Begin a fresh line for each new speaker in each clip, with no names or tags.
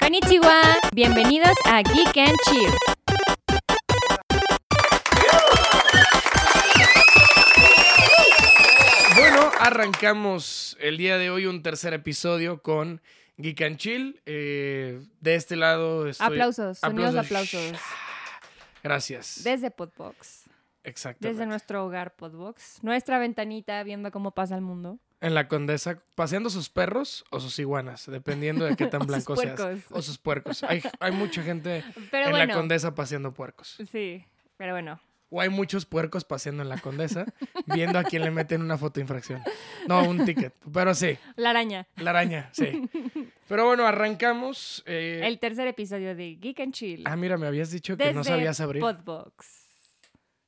Konnichiwa. Bienvenidos a Geek and Chill.
Bueno, arrancamos el día de hoy un tercer episodio con Geek and Chill. Eh, de este lado estoy... Ah,
Aplausos, sonidos de aplausos.
Gracias.
Desde Podbox,
Exacto.
desde nuestro hogar Podbox, nuestra ventanita viendo cómo pasa el mundo.
En la condesa, paseando sus perros o sus iguanas, dependiendo de qué tan
O sus
blanco seas.
puercos.
O sus puercos. Hay, hay mucha gente
Pero
en la
bueno,
condesa paseando puercos.
sí, pero bueno.
O hay muchos puercos paseando en la condesa, viendo a quién le meten una foto infracción. No, un ticket. Pero sí,
La araña,
la araña, sí. Pero bueno, arrancamos. eh,
el tercer episodio de Geek and Chill.
Ah, mira, me habías dicho que no
desde
sabías abrir,
Podbox.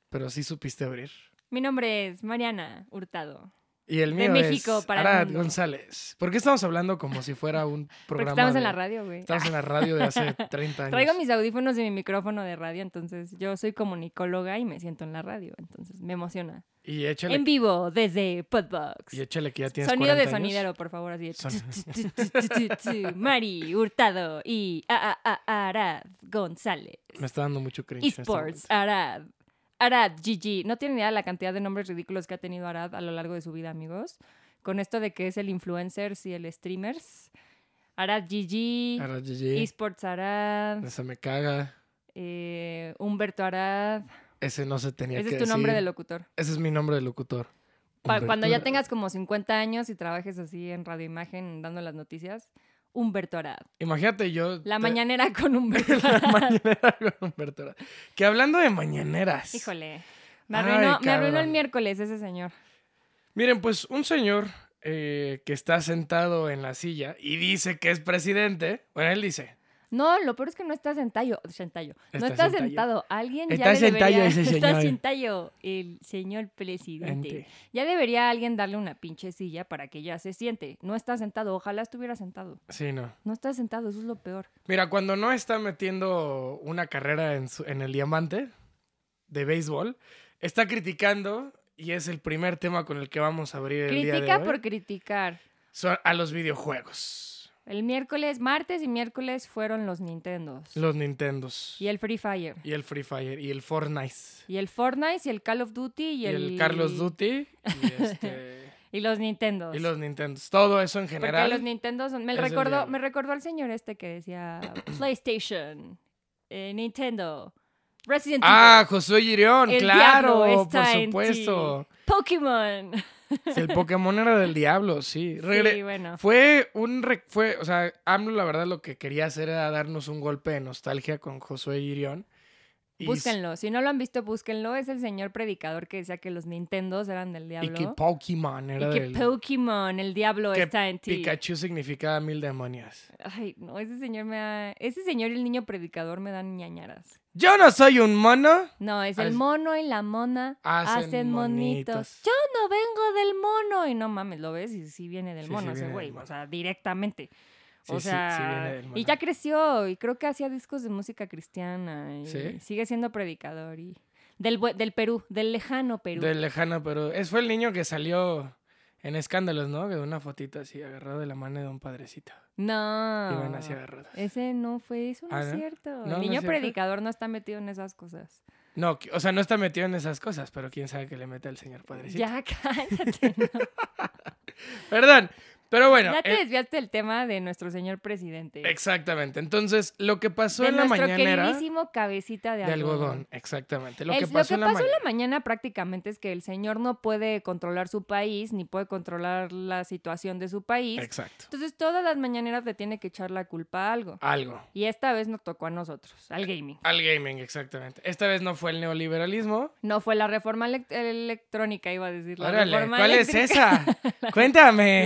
pero sí supiste abrir.
Mi nombre es Mariana Hurtado.
Y el
De
mío
México
es
para el
Arad
mundo.
González. ¿Por qué estamos hablando como si fuera un
Porque
programa?
estamos en la
de-
radio, güey.
Estamos en la radio de hace 30 años.
Traigo mis audífonos y mi micrófono de radio, entonces yo soy comunicóloga y me siento en la radio, entonces me emociona.
Y échale,
En vivo desde Podbox.
y échale que ya tienes
Sonido de
40 años.
sonidero, por favor, así de
Son-
tsu, tsu, tsu, tsu, tsu, tsu, Mari Hurtado y A- A- A- Arad González.
Me está dando mucho cringe. en este
Esports Arad. Arad GG. No tienen idea la cantidad de nombres ridículos que ha tenido Arad a lo largo de su vida, amigos. Con esto de que es el influencers y el streamers. Arad
momento.
GG.
Arad GG.
Esports Arad.
Ese me caga.
eh, Humberto Arad.
Ese no se tenía
Ese
que
es tu nombre de
decir.
locutor.
Ese es mi nombre de locutor.
Pa- cuando
Humberto
ya
Arad.
tengas como 50 años y trabajes así en radioimagen dando las noticias, Humberto Arad.
Imagínate yo...
La
te-
mañanera con Humberto
la
Arad.
mañanera con Humberto Arad. Que hablando de mañaneras...
Híjole. Me
Ay,
arruinó, me arruinó el
cabrón.
miércoles ese señor.
Miren, pues un señor eh, que está sentado en la silla y dice que es presidente. Bueno, él dice.
No, lo peor es que no está sentado. sentado. no
Está
está
sentado.
sentado. Alguien ya
Está
le debería-
sentado ese
Está
señor.
sentado el señor presidente. Ya debería alguien darle una pinche silla para que ya se siente. No está sentado. Ojalá estuviera sentado.
Sí, no.
No está sentado. Eso es lo peor.
Mira, cuando no está metiendo una carrera en, su- en el diamante de béisbol, está criticando y es el primer tema con el que vamos a abrir el día
Critica
de hoy.
por criticar.
Son a los videojuegos,
El miércoles, martes y miércoles fueron los Nintendos.
los Nintendos
Y el Free Fire.
y el Free Fire y el Fortnite
Y el Fortnite y el Call of Duty y,
y el, Carlos Duty y, este,
Y los Nintendos.
y los Nintendos. Todo eso en
Porque
general.
los Nintendos son- me,
es el
recordó,
diablo.
me recordó al señor este que decía PlayStation, eh, Nintendo, Resident
Ah,
Evil,
Josué Girión,
El
claro,
diablo
por
está en ti.
supuesto.
Pokémon.
Si el Pokémon era del diablo, sí. Regre-
Sí, bueno.
Fue un re- fue, o sea, AMLO la verdad lo que quería hacer era darnos un golpe de nostalgia con Josué Girión. Y,
Búsquenlo. Si no lo han visto, búsquenlo. Es el señor predicador que decía que los Nintendos eran del
y que
diablo.
Pokémon
Y
era
que
del
Pokémon, el diablo
que
está en ti.
Pikachu significaba mil demonios.
Ay, no, ese señor me da... Ese señor y el niño predicador me dan ñañaras.
Yo no soy un mono.
No, es el
Haz-
mono y la mona hacen,
Hacen
monitos.
monitos.
Yo no vengo del mono. Y no mames, lo ves y sí viene del
Sí, sí
mono ese
viene
güey.
del
O
mono.
sea, directamente.
Sí,
o
sí, sí
sea,
viene del
y
mono.
ya creció y creo que hacía discos de música cristiana. Y
¿Sí?
sigue siendo predicador y del, bue- del Perú, del lejano Perú.
Del lejano Perú. Es fue el niño que salió en escándalos, ¿no? Que de una fotita así agarrado de la mano de un padrecito.
No.
Iban así agarrados.
Ese no fue, eso no
Ah,
es
¿no?
cierto.
No, no
el
es
niño
cierto.
predicador no está metido en esas cosas.
No, que- o sea, no está metido en esas cosas, pero quién sabe que le mete al señor padrecito.
Ya cállate. ¿no?
Perdón, pero bueno.
ya te
eh,
desviaste del tema de nuestro señor presidente.
exactamente. Entonces, lo que pasó
de
en la
nuestro
mañanera
queridísimo cabecita de,
de algodón, exactamente. Lo
Es-
que pasó en la mañana.
mañana prácticamente es que el señor no puede controlar su país, ni puede controlar la situación de su país.
Exacto.
Entonces todas las mañaneras le tiene que echar la culpa a algo.
Algo.
Y esta vez nos tocó a nosotros, al gaming.
Al gaming, exactamente. Esta vez no fue el neoliberalismo.
No fue la reforma elec- electrónica, iba a decir. La
Órale,
reforma
¿cuál es
eléctrica.
esa? Cuéntame.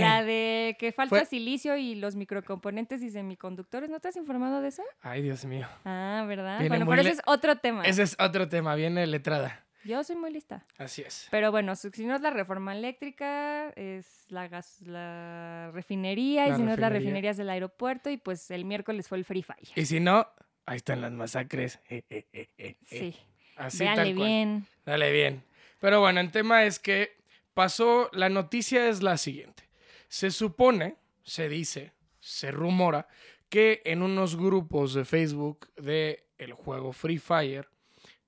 La de que falta
Fue-
silicio y los microcomponentes y semiconductores. ¿No te has informado de eso?
Ay, Dios mío.
Ah, ¿verdad?
Viene
bueno,
muy
pero ese
le-
es otro tema.
Ese es otro tema, viene letrada.
Yo soy muy lista.
Así es.
Pero bueno, su- si no es la reforma eléctrica, es la, gas- la refinería, y
La
si no es la
refinería.
refinería es el aeropuerto, y pues el miércoles fue el Free Fire.
Y si no, ahí están las masacres. Je, je, je, je, je.
Sí,
Eh, Así
véanle
tal cual.
bien.
Dale bien. Pero bueno, el tema es que pasó, la noticia es la siguiente. Se supone, se dice, se rumora que en unos grupos de Facebook de el juego Free Fire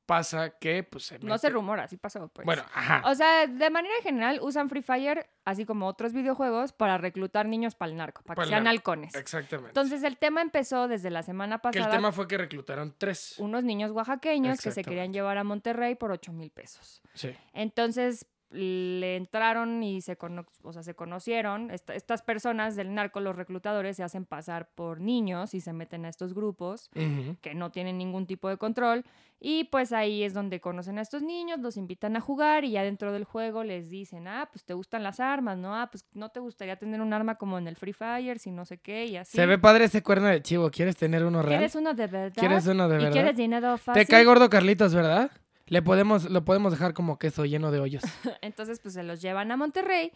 pasa que pues se
No
mete-
se rumora, así pasó, pues.
Bueno, ajá.
O sea, de manera general usan Free Fire, así como otros videojuegos, para reclutar niños para el narco, para que
Pa'l
sean
narco,
halcones.
Exactamente.
Entonces el tema empezó desde la semana
que el
pasada.
tema fue que reclutaron tres.
Unos niños oaxaqueños que se
Exactamente.
querían llevar a Monterrey por 8 mil pesos.
Sí.
Entonces le entraron y se, cono- o sea, se conocieron. Esta- estas personas del narco, los reclutadores, se hacen pasar por niños y se meten a estos grupos
Ujú.
que no tienen ningún tipo de control. Y pues ahí es donde conocen a estos niños, los invitan a jugar y ya dentro del juego les dicen, ah, pues te gustan las armas, ¿no? Ah, pues no te gustaría tener un arma como en el Free Fire, si no sé qué, y así.
Se ve padre este cuerno de chivo. ¿Quieres tener uno real?
¿Quieres uno de verdad?
¿Quieres uno de
¿Y
verdad?
quieres dinero fácil?
Te cae gordo Carlitos, ¿verdad? Le podemos, lo podemos dejar como queso lleno de hoyos.
Entonces pues se los llevan a Monterrey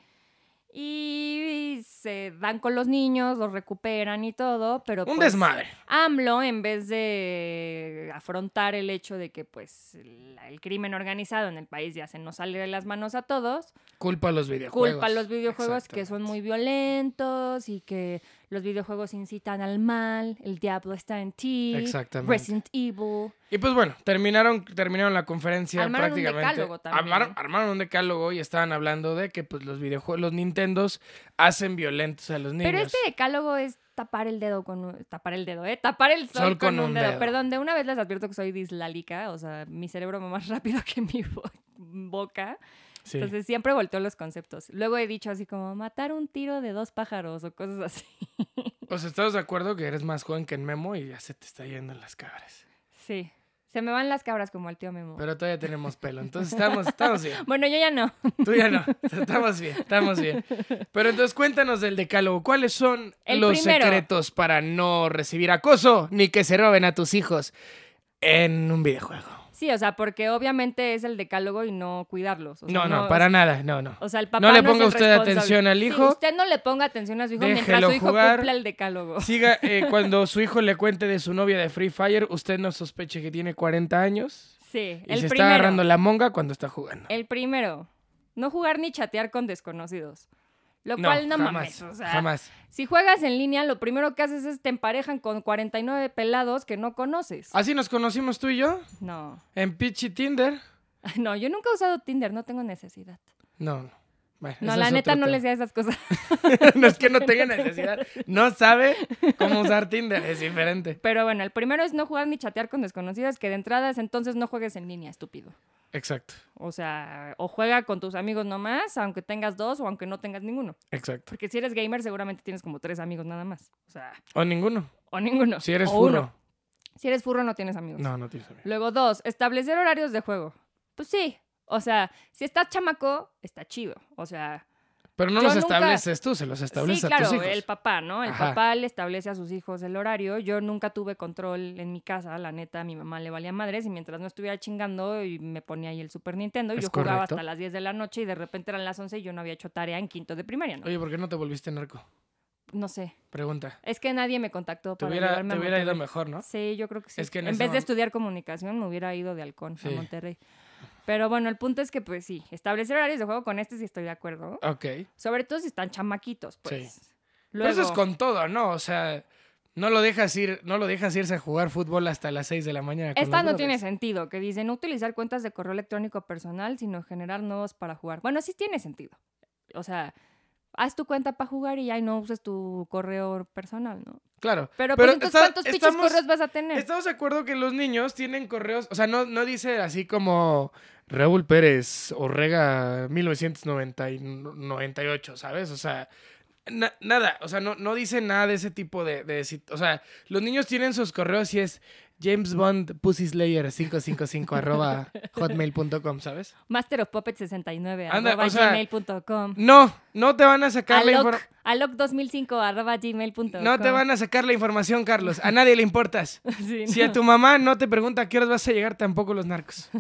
y se dan con los niños, los recuperan y todo, pero
Un
pues,
desmadre.
AMLO, en vez de afrontar el hecho de que pues el, el crimen organizado en el país ya se nos sale de las manos a todos,
Culpa a los videojuegos.
culpa a los videojuegos que son
Exactamente.
muy violentos y que los videojuegos incitan al mal, el diablo está en ti,
Exactamente.
Resident Evil.
Y pues bueno, terminaron, terminaron la conferencia
Armaron un
prácticamente.
decálogo también.
Armaron, armaron un decálogo y estaban hablando de que pues los videojuegos, los Nintendos hacen violentos a los niños.
Pero este decálogo es tapar el dedo con un, tapar el dedo, eh, tapar el sol, con, un, dedo. Perdón, de una vez les advierto que soy dislálica, o sea, mi cerebro va más rápido que mi bo- boca.
Sí.
Entonces siempre volteo los conceptos. Luego he dicho así como matar un tiro de dos pájaros o cosas así.
O sea, ¿estás de acuerdo que eres más joven que en Memo y ya se te está yendo las cabras?
Sí. Se me van las cabras como al tío Memo.
Pero todavía tenemos pelo, entonces estamos, estamos bien.
Bueno, yo ya no.
Tú ya no, estamos bien, estamos bien. Pero entonces cuéntanos del decálogo, ¿cuáles son
El
los
primero.
secretos para no recibir acoso ni que se roben a tus hijos en un videojuego?
Sí, o sea, porque obviamente es el decálogo y no cuidarlos. O sea,
no, no, para nada, no, no.
O sea, el papá
No le
es
ponga
el
usted
responsable.
atención al
Sí,
hijo.
usted no le ponga atención a su hijo mientras
Déjelo
su hijo
jugar.
cumpla el decálogo.
Siga, eh, cuando su hijo le cuente de su novia de Free Fire, usted no sospeche que tiene 40 años
Sí,
y
el
se está
primero. Eh,
agarrando la monga cuando está jugando.
El primero. No jugar ni chatear con desconocidos. Lo
No,
cual no
jamás,
mames. O sea,
jamás.
Si juegas en línea, lo primero que haces es te emparejan con 49 pelados que no conoces.
Así nos conocimos tú y yo
No.
en Pichi Tinder.
No, yo nunca he usado Tinder, no tengo necesidad.
No, no. Bueno,
No,
ese
la
es
neta
otro
no
tema.
les da esas cosas.
no es que no tenga necesidad. No sabe cómo usar Tinder. Es diferente.
Pero bueno, el primero es no jugar ni chatear con desconocidos, que de entrada es entonces no juegues en línea, estúpido.
Exacto.
O sea, o juega con tus amigos nomás, aunque tengas dos o aunque no tengas ninguno.
Exacto.
Porque si eres gamer seguramente tienes como tres amigos nada más. O sea,
O ninguno.
o ninguno.
Si eres
o
furro.
uno. Si eres furro no tienes amigos.
No, no tienes amigos.
Luego, dos, establecer horarios de juego. Pues sí. O sea, si estás chamaco, está chido. O sea,
Pero no
Yo
los
nunca-
estableces tú, se los estableces
sí,
a
claro,
tus hijos.
el papá, ¿no? El
Ajá.
papá le establece a sus hijos el horario. Yo nunca tuve control en mi casa, la neta, a mi mamá le valía madres y mientras no estuviera chingando y me ponía ahí el Super Nintendo y
Es
yo jugaba
correcto.
hasta las 10 de la noche y de repente eran las 11 y yo no había hecho tarea en quinto de primaria, ¿no?
Oye, ¿por qué no te volviste narco?
No sé.
Pregunta.
Es que nadie me contactó
Te
para
hubiera,
llevarme
te
a
hubiera ido
Monterrey.
mejor, ¿no?
Sí, yo creo que sí.
Es que en
en
ese
vez de
mom-
estudiar comunicación, me hubiera ido de halcón
Sí.
a Monterrey. Pero bueno, el punto es que, pues sí, establecer horarios de juego con este sí estoy de acuerdo.
Ok.
Sobre todo si están chamaquitos, pues.
Pero eso es
Luego-
con todo, ¿no? O sea, no lo dejas ir, no lo dejas irse a jugar fútbol hasta las 6 de la mañana. con
Esta no
los brothers.
tiene sentido, que dice no utilizar cuentas de correo electrónico personal, sino generar nuevos para jugar. Bueno, sí tiene sentido. O sea, haz tu cuenta para jugar y ya no uses tu correo personal, ¿no?
Claro.
Pero,
Pero
pues, entonces,
está-
¿cuántos pinches
estamos-
correos vas a tener?
Estamos de acuerdo que los niños tienen correos, o sea, no, no dice así como Raúl Pérez Orrega 1998, ¿sabes? O sea, na- nada, o sea, no, no dice nada de ese tipo de, de sit- O sea, los niños tienen sus correos y es James Bond Pussy Slayer 555 arroba hotmail.com, ¿sabes?
Master of Puppet 69
Anda,
arroba
o sea,
gmail.com.
No, no te van a sacar la
Aloc,
información.
aloc 2005 arroba gmail.com.
No te van a sacar la información, Carlos. A nadie le importas.
Sí,
Si a
no.
tu mamá no te pregunta a qué horas vas a llegar, tampoco los narcos.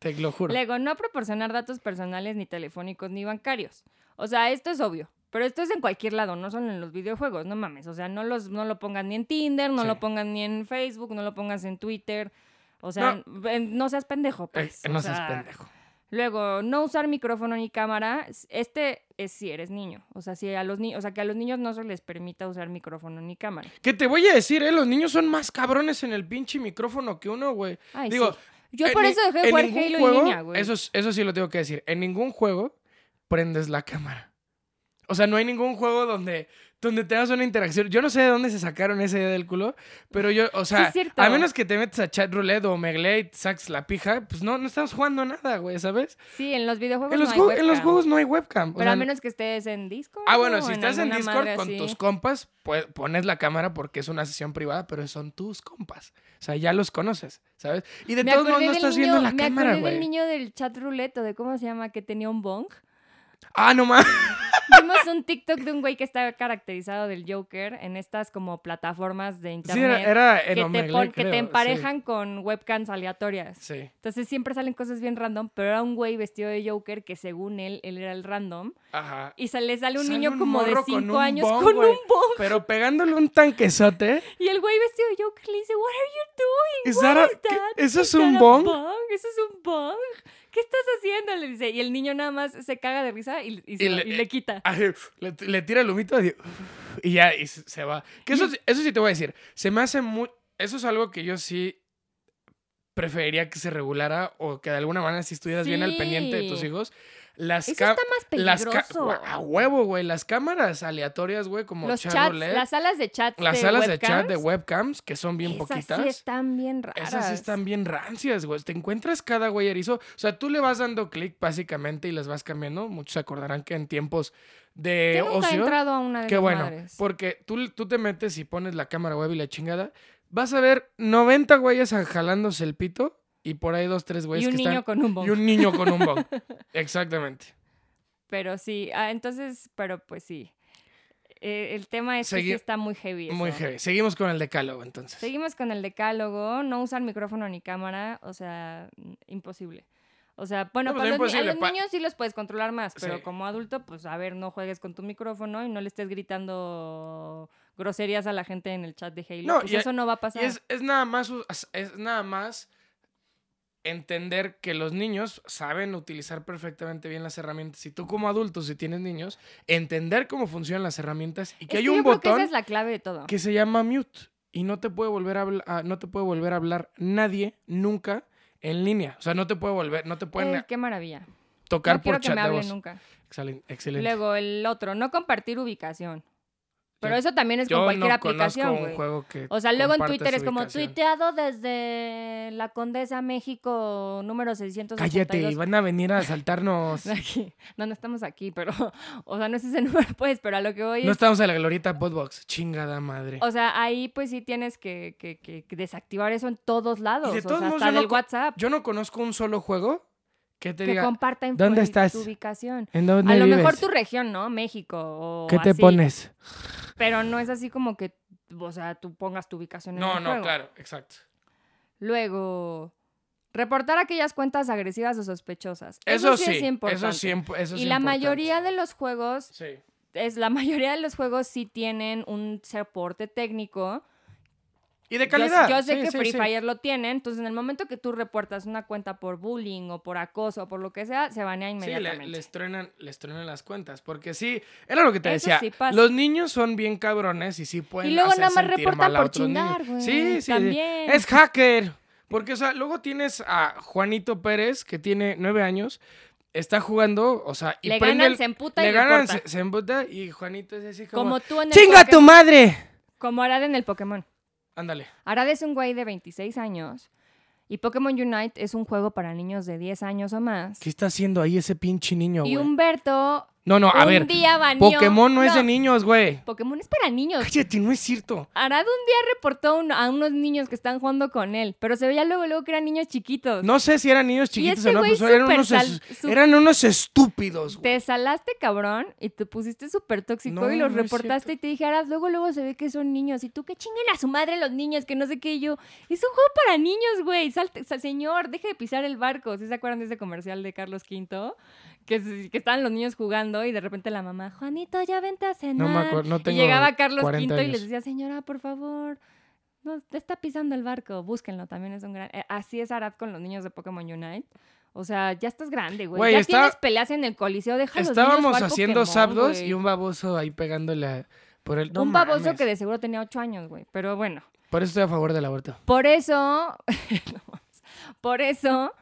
Te lo juro.
Luego, no proporcionar datos personales, ni telefónicos, ni bancarios. O sea, esto es obvio. Pero esto es en cualquier lado, no solo en los videojuegos, no mames. O sea, no, los, no lo pongan ni en Tinder, no
Sí.
lo pongan ni en Facebook, no lo pongas en Twitter. O sea, en- no, seas pendejo,
Eh,
pues.
no
O
seas
sea,
pendejo.
Luego, no usar micrófono ni cámara. Este es si eres niño. O sea, si a los ni- o sea, que a los niños no se les permita usar micrófono ni cámara.
Que te voy a decir, eh, los niños son más cabrones en el pinche micrófono que uno, güey.
Ay,
Digo,
sí. Yo
en
por
ni-
eso dejé de
en
jugar
ningún
Halo en
juego,
línea, güey.
Eso, es- eso sí lo tengo que decir. En ningún juego prendes la cámara. O sea, no hay ningún juego donde, donde tengas una interacción. Yo no sé de dónde se sacaron esa idea del culo, pero yo, o
Sí,
sea,
es cierto.
a menos que te metas a chat roulette o melee y te saques la pija, pues no, no estamos jugando nada, güey, ¿sabes?
Sí, en los videojuegos
En los,
no
ju-
hay
en los
webcam.
juegos no hay webcam. o
Pero
sea,
a menos que estés Uh, en Discord.
Ah, bueno,
o
si estás en
alguna
Discord
madre
con
así.
tus compas, pues, pones la cámara porque es una sesión privada, pero son tus compas. O sea, ya los conoces, ¿sabes? Y de
Me
todos
acordé
modos no
del
estás
niño-
viendo la
me
cámara,
acordé del
güey.
niño del chat roulette o de cómo se llama, que tenía un bong.
Ah, no mames.
Vimos un TikTok de un güey que estaba caracterizado del Joker en estas como plataformas de
Sí,
internet.
era, era en
que, te
Omegle,
pon- que te
creo,
emparejan con webcams aleatorias.
Sí. sí.
Entonces siempre salen cosas bien random, pero era un güey vestido de Joker que según él, él era el random.
Ajá.
Y se le sale un
Sale
niño
un
como de
morro con
5
un
años
bong,
con
güey.
un bong.
Pero pegándole un tanquezote.
Y el güey vestido de Joker le dice, what are you doing?
Is
What
that a-
is that?
¿Eso es
¿Is that
un
a
bong?
¿Eso es un bong? ¿Qué estás haciendo? Le dice. Y el niño nada más se caga de risa y, y se
Y
lo-
le- eh,
y le quita.
Ay, le, le tira el humito y, y ya y se se va. Que eso, eso sí te voy a decir. Se me hace muy. Eso es algo que yo sí preferiría que se regulara o que de alguna manera si estuvieras bien al pendiente de tus
Sí.
hijos. Las
Eso
ca-
está más
las ca-
peligroso.
gua- a huevo, güey. Las cámaras aleatorias, güey, como
Los
chat
chats,
roulette,
las salas de chat
las
de
salas de chat
webcams,
de webcams, que son bien
esas
poquitas.
sí están bien raras.
Esas sí están bien rancias, güey. Te encuentras cada güey erizo. O sea, tú le vas dando clic básicamente y las vas cambiando. Muchos se acordarán que en tiempos de
Yo nunca he
ocio.
entrado a una de
Qué
esas
bueno. pues,
madres.
Porque tú, tú te metes y pones la cámara web y la chingada. Vas a ver 90 güeyes a- jalándose el pito y por ahí dos, tres güeyes
y un
que
niño
están.
con un bong.
Y un niño con un bong. Exactamente.
Pero sí, ah, entonces, pero pues sí. Eh, el tema es que sí
Segui-
está muy heavy. eso.
Muy heavy. Seguimos con el decálogo entonces.
Seguimos con el decálogo, no usar micrófono ni cámara, o sea, mm, imposible. O sea, bueno,
No,
para los,
pues,
ni- a
imposible,
los
pa-
niños sí los puedes controlar más, pero
Sí.
como adulto, pues a ver, no juegues con tu micrófono y no le estés gritando groserías a la gente en el chat de Halo.
No,
pues
y-
eso no va a pasar.
Y es, es nada más u- as- es nada más entender que los niños saben utilizar perfectamente bien las herramientas. Y tú como adulto, si tienes niños, entender cómo funcionan las herramientas y que
Es
hay
yo
un
creo que esa
botón que,
es la clave de todo.
se llama mute y no te puede volver a, habl- a- no te puede volver a hablar nadie nunca en línea. O sea, no te puede volver, no te pueden
Ey, Eh, qué maravilla.
tocar
No quiero
por
que
chat
me
de
hable
voz.
nunca.
Excelente. excelente.
Luego el otro, no compartir ubicación. Pero
Yo-
eso también es con
Yo
cualquier
no
aplicación,
conozco un
güey.
juego que
O sea, luego en
comparte
Twitter
su
es como
ubicación.
tuiteado desde la Condesa México número 682.
Cállate, van a venir a asaltarnos.
Aquí. No, no estamos aquí, pero, o sea, no es ese número, pues, pero a lo que voy
No
es,
estamos en la glorieta Podbox. Chingada madre.
o sea, ahí pues sí tienes que, que- que desactivar eso en todos lados,
de
o
todos
sea,
modos,
hasta
yo no
del
co-
WhatsApp,
Yo no conozco un solo juego que te
que
diga
comparta info-
¿dónde estás?
tu ubicación.
en dónde
A lo
vives.
mejor tu región, ¿no? México o
¿Qué te
así,
pones?
Pero no es así como que, o sea, tú pongas tu ubicación en
No,
el
no,
juego.
claro, exacto.
Luego, reportar aquellas cuentas agresivas o sospechosas.
Eso,
es
sí,
importante.
eso siempre, eso
y la mayoría de los juegos,
Sí.
es la mayoría de los juegos sí tienen un soporte técnico.
Y de
Yo-
calidad.
Yo, sé
sí,
que
sí,
Free
sí.
Fire lo tiene, entonces en el momento que tú reportas una cuenta por bullying o por acoso o por lo que sea, se banea
Sí, le-
inmediatamente.
les, truenan, les truenan las cuentas. Porque sí, era lo que te
Eso
decía.
sí pasa.
los niños son bien cabrones y sí pueden
Y luego
hacer
nada más
sentir
reportan
mal a
por
otros niños.
chingar, güey.
Sí, sí, sí.
También.
Es hacker. Porque, o sea, luego tienes a Juanito Pérez, que tiene nueve años, está jugando, o sea, y
le
prende
ganan,
el-
se emputa y
le ganan,
reporta.
se, se emputa y Juanito es así como...
como tú en el
¡Chinga tu
Pokémon-
madre!
Como Arad en el Pokémon.
Ándale.
Arad es un güey de 26 años y Pokémon Unite es un juego para niños de 10 años o más.
¿Qué está haciendo ahí ese pinche niño,
Y
güey?
Humberto
No, no, a
un
ver.
día baneó...
Pokémon no es de niños, güey.
Pokémon es para niños.
Cállate, no es cierto.
Arad un día reportó un- a unos niños que están jugando con él, pero se veía luego, luego que eran niños chiquitos.
No sé si eran niños
Y
chiquitos
este
o no,
güey
pues eran
súper
unos,
sal-
es-
su-
eran unos estúpidos, güey.
Te salaste, cabrón, y te pusiste súper tóxico
No,
y los
no es
reportaste
cierto.
y te dije, Arad, luego, luego se ve que son niños. Y tú, que chinguen a su madre los niños, que no sé qué. Y yo, es un juego para niños, güey. Salte, sal- señor, deje de pisar el barco. ¿Sí se acuerdan de ese comercial de Carlos V? Que, se- que estaban los niños jugando y de repente la mamá, Juanito, ya vente a cenar.
No me acuerdo, no tengo
y llegaba Carlos
40
V y
años.
les decía, señora, por favor, no, te está pisando el barco, búsquenlo, también es un gran... Eh, Así es Arad con los niños de Pokémon Unite. O sea, ya estás grande, güey.
Güey,
ya
está-
tienes peleas en el coliseo, deja a los niños
Estábamos
jugar
haciendo
Pokémon,
sabdos
güey.
y un baboso ahí pegándole por el... no
un baboso
mames.
que de seguro tenía ocho años, güey. Pero bueno,
Por eso estoy a favor del aborto.
por eso, no mames. por eso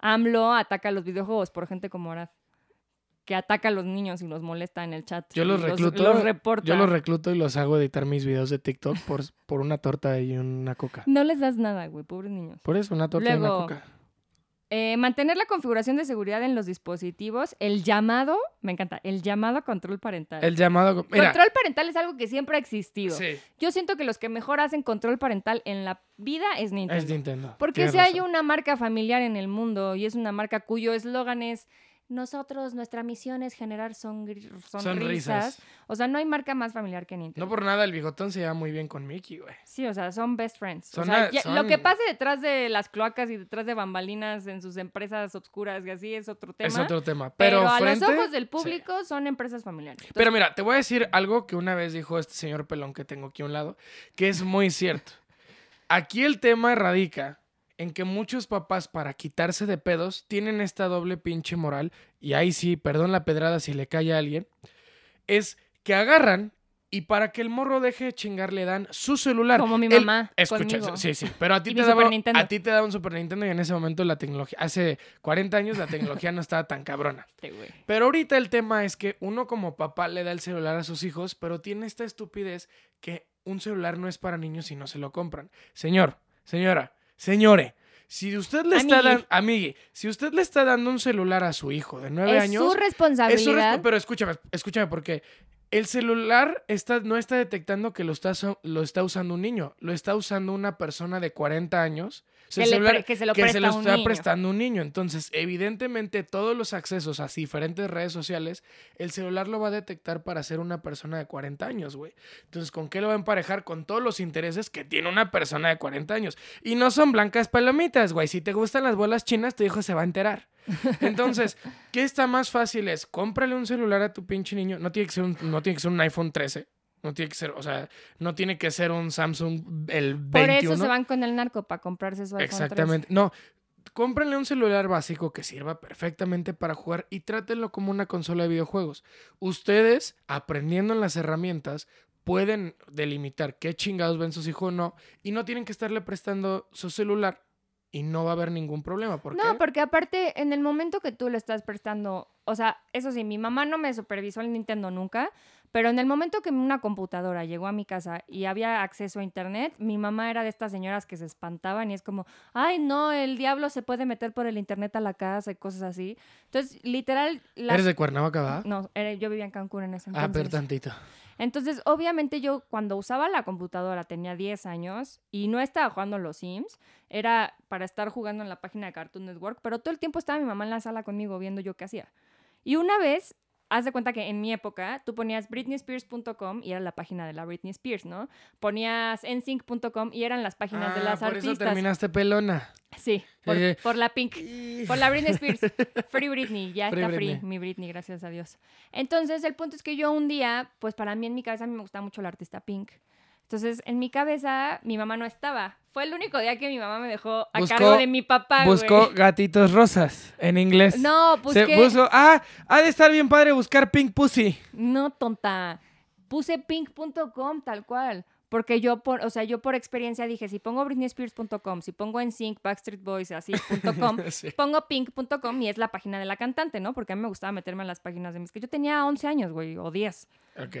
AMLO ataca los videojuegos por gente como Arad, que ataca a los niños y los molesta en el chat.
Yo los
y
recluto,
Los, reporta.
Yo los recluto y los hago editar mis videos de TikTok por, por una torta y una coca.
no les das nada, güey, pobres niños.
Por eso, una torta y una
Luego,
coca.
Eh, mantener la configuración de seguridad en los dispositivos, el llamado, me encanta, el llamado a control parental.
El llamado... Mira,
Control parental es algo que siempre ha existido.
sí,
Yo siento que los que mejor hacen control parental en la vida es Nintendo.
es Nintendo.
Porque
tienes
si hay
razón.
una marca familiar en el mundo y es una marca cuyo eslogan es nosotros, nuestra misión es generar songri- sonrisas.
Sonrisas.
O sea, no hay marca más familiar que Nintendo.
No por nada el bigotón se lleva muy bien con Mickey, güey.
Sí, o sea, son best friends. O
Son
sea,
a-
ya-
son-
Lo que pase detrás de las cloacas y detrás de bambalinas en sus empresas obscuras y así es otro tema.
Es otro tema. Pero,
pero a
frente-
los ojos del
sí.
público son empresas familiares. Entonces,
Pero mira, te voy a decir algo que una vez dijo este señor pelón que tengo aquí a un lado, que es muy cierto. Aquí el tema radica en que muchos papás para quitarse de pedos tienen esta doble pinche moral, y ahí sí, perdón la pedrada si le cae a alguien, es que agarran y para que el morro deje de chingar le dan su celular.
Como mi
El-
mamá,
escucha,
conmigo.
sí, sí, pero a ti,
Y
te
mi
daba,
Super Nintendo.
a ti te daba un Super Nintendo y en ese momento la tecnología, hace 40 años la tecnología no estaba tan cabrona.
este, güey.
Pero ahorita el tema es que uno como papá le da el celular a sus hijos, pero tiene esta estupidez que un celular no es para niños si no se lo compran. Señor, señora, señore, si usted le está
Amigui.
dando, amigue, si usted le está dando un celular a su hijo de nueve
Es
años,
su
es su respo-
responsabilidad.
pero escúchame, escúchame porque el celular está, no está detectando que lo está, so- lo está usando un niño, lo está usando una persona de 40 años. O
que,
sea, el
le
celular-
pre- que se lo
que
presta
se lo
a un
está
niño.
prestando un niño. Entonces, evidentemente, todos los accesos a diferentes redes sociales, el celular lo va a detectar para ser una persona de 40 años, güey. Entonces, ¿con qué lo va a emparejar? Con todos los intereses que tiene una persona de 40 años. Y no son blancas palomitas, güey. Si te gustan las bolas chinas, tu hijo se va a enterar. Entonces, ¿qué está más fácil? Es cómprale un celular a tu pinche niño. No tiene que ser un, no tiene que ser un iPhone 13. No tiene que ser, o sea, no tiene que ser un Samsung el 21.
Por eso se van con el narco para comprarse su iPhone 13.
Exactamente. No, cómprenle un celular básico que sirva perfectamente para jugar y trátenlo como una consola de videojuegos. Ustedes, aprendiendo en las herramientas, pueden delimitar qué chingados ven sus hijos o no y no tienen que estarle prestando su celular y no va a haber ningún problema. ¿Por
No,
qué?
porque aparte, en el momento que tú le estás prestando, o sea, eso sí, mi mamá no me supervisó el Nintendo nunca, pero en el momento que una computadora llegó a mi casa y había acceso a internet, mi mamá era de estas señoras que se espantaban y es como, ay, no, el diablo se puede meter por el internet a la casa y cosas así. Entonces, literal, las...
¿Eres de Cuernavaca, va?
No, era- yo vivía en Cancún en ese
ah,
entonces.
pero tantito.
Entonces, obviamente yo cuando usaba la computadora tenía 10 años y no estaba jugando los Sims, era para estar jugando en la página de Cartoon Network, pero todo el tiempo estaba mi mamá en la sala conmigo viendo yo qué hacía. Y una vez, haz de cuenta que en mi época, tú ponías britneyspears.com y era la página de la Britney Spears, ¿no? Ponías nsync.com y eran las páginas de
Ah,
las
por
artistas.
eso terminaste pelona.
Sí, por,
Eh.
por la Pink. Por la Britney Spears. Free Britney, ya
Free
está
Britney.
free, mi Britney, gracias a Dios. Entonces, el punto es que yo un día, pues para mí en mi cabeza a mí me gustaba mucho la artista Pink. Entonces, en mi cabeza, mi mamá no estaba. Fue el único día que mi mamá me dejó a
Buscó-
cargo de mi papá, güey.
Buscó gatitos rosas en inglés.
No,
Se
busqué...
puso, ah, ha de estar bien padre buscar Pink Pussy.
No, tonta. Puse pink.com tal cual. Porque yo por, o sea, yo por experiencia dije, si pongo britneyspears.com, si pongo en sync, Backstreet Boys, así, .com,
Sí.
pongo pink.com y es la página de la cantante, ¿no? Porque a mí me gustaba meterme en las páginas de mis... Que yo tenía 11 años, güey, o 10.
Ok.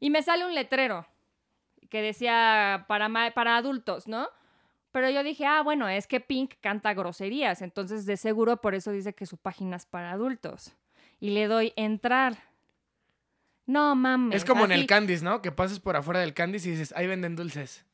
Y me sale un letrero que decía para, ma- para adultos, ¿no? Pero yo dije, ah, bueno, es que Pink canta groserías, entonces de seguro por eso dice que su página es para adultos. Y le doy entrar. No mames.
Es como en
Pues así-
el Candice, ¿no? Que pasas por afuera del Candice y dices, ahí venden dulces.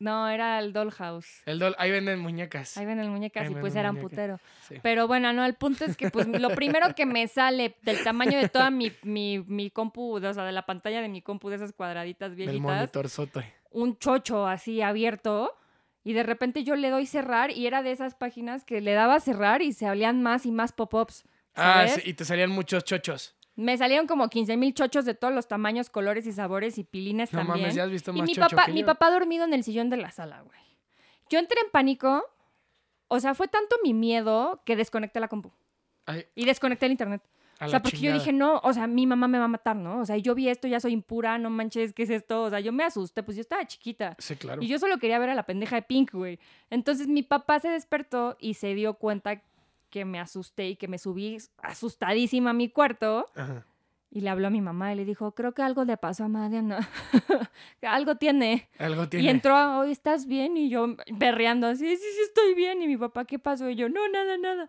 No, era el Dollhouse.
El dol- ahí venden muñecas.
Ahí ven el
Ahí
muñecas y
ven
pues
el
era un
muñeca.
putero.
Sí.
Pero bueno, no, el punto es que pues lo primero que me sale del tamaño de toda mi, mi, mi compu, o sea, de la pantalla de mi compu, de esas cuadraditas
Del
viejitas,
monitor soto.
un chocho así abierto y de repente yo le doy cerrar y era de esas páginas que le daba cerrar y se abrían más y más pop-ups.
Ah,
¿sabes?
sí, y te salían muchos chochos.
Me salieron como 15 mil chochos de todos los tamaños, colores y sabores y pilines
No
también.
mames, ya has visto
y
más
mi
chocho
papá,
que
mi
yo?
papá dormido en el sillón de la sala, güey. Yo entré en pánico O sea, fue tanto mi miedo que desconecté la compu
Ay,
y desconecté el internet.
a
o
la
sea, porque
chingada.
yo dije, no, o sea, mi mamá me va a matar, ¿no? O sea, yo vi esto, ya soy impura, no manches, ¿qué es esto? O sea, yo me asusté, pues yo estaba chiquita.
Sí, claro.
Y yo solo quería ver a la pendeja de Pink, güey. Entonces mi papá se despertó y se dio cuenta que me asusté y que me subí asustadísima a mi cuarto.
Ajá.
Y le habló a mi mamá y le dijo, creo que algo le pasó a Mariana. algo tiene.
Algo tiene.
Y entró, hoy ¿estás bien? Y yo berreando así, sí, sí, estoy bien. Y mi papá, ¿qué pasó? Y yo, no, nada, nada.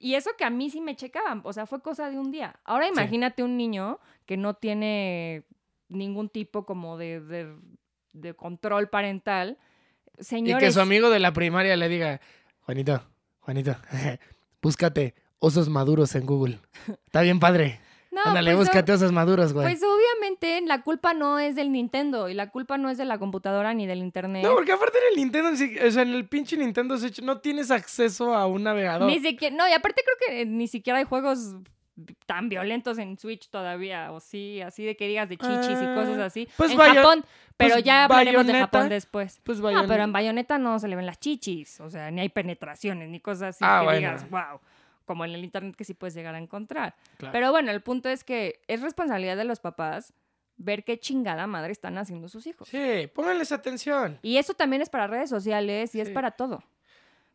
Y eso que a mí sí me checaban, o sea, fue cosa de un día. Ahora imagínate un niño que no tiene ningún tipo como de, de, de control parental.
Y
Señores,
que su amigo de la primaria le diga, Juanito, Juanito, búscate osos maduros en Google. Está bien padre.
no,
Ándale,
pues,
búscate osos maduros, güey.
Pues obviamente la culpa no es del Nintendo y la culpa no es de la computadora ni del internet.
No, porque aparte en el Nintendo, sí- o sea, en el pinche Nintendo Switch no tienes acceso a un navegador.
Ni siquiera, no, y aparte creo que eh, ni siquiera hay juegos tan violentos en Switch todavía, o sí, así de que digas de chichis y cosas
Ah,
así.
pues
en
Bayo-
Japón, pero ya hablaremos de
Bayonetta.
Japón después.
Pues
No,
vaya.
pero en Bayonetta no se le ven las chichis, o sea, ni hay penetraciones, ni cosas así
Ah,
que
bueno.
digas, wow, como en el internet que sí puedes llegar a encontrar.
Claro.
Pero bueno, el punto es que es responsabilidad de los papás ver qué chingada madre están haciendo sus hijos.
Sí, pónganles atención.
Y eso también es para redes sociales y es
Sí. para
para todo.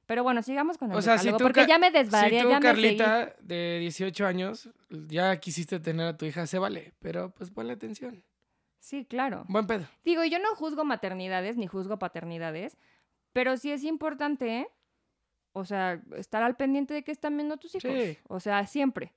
Pero bueno, sigamos con el
O sea, si tú,
porque
Ca-
ya me desvarié,
Si tú,
ya me
Carlita, de 18 años, ya quisiste tener a tu hija, se vale. Pero pues ponle atención.
Sí, claro.
Buen pedo.
Digo, yo no juzgo maternidades ni juzgo paternidades, pero sí es importante, o sea, estar al pendiente de qué están viendo tus hijos.
Sí.
O sea, siempre.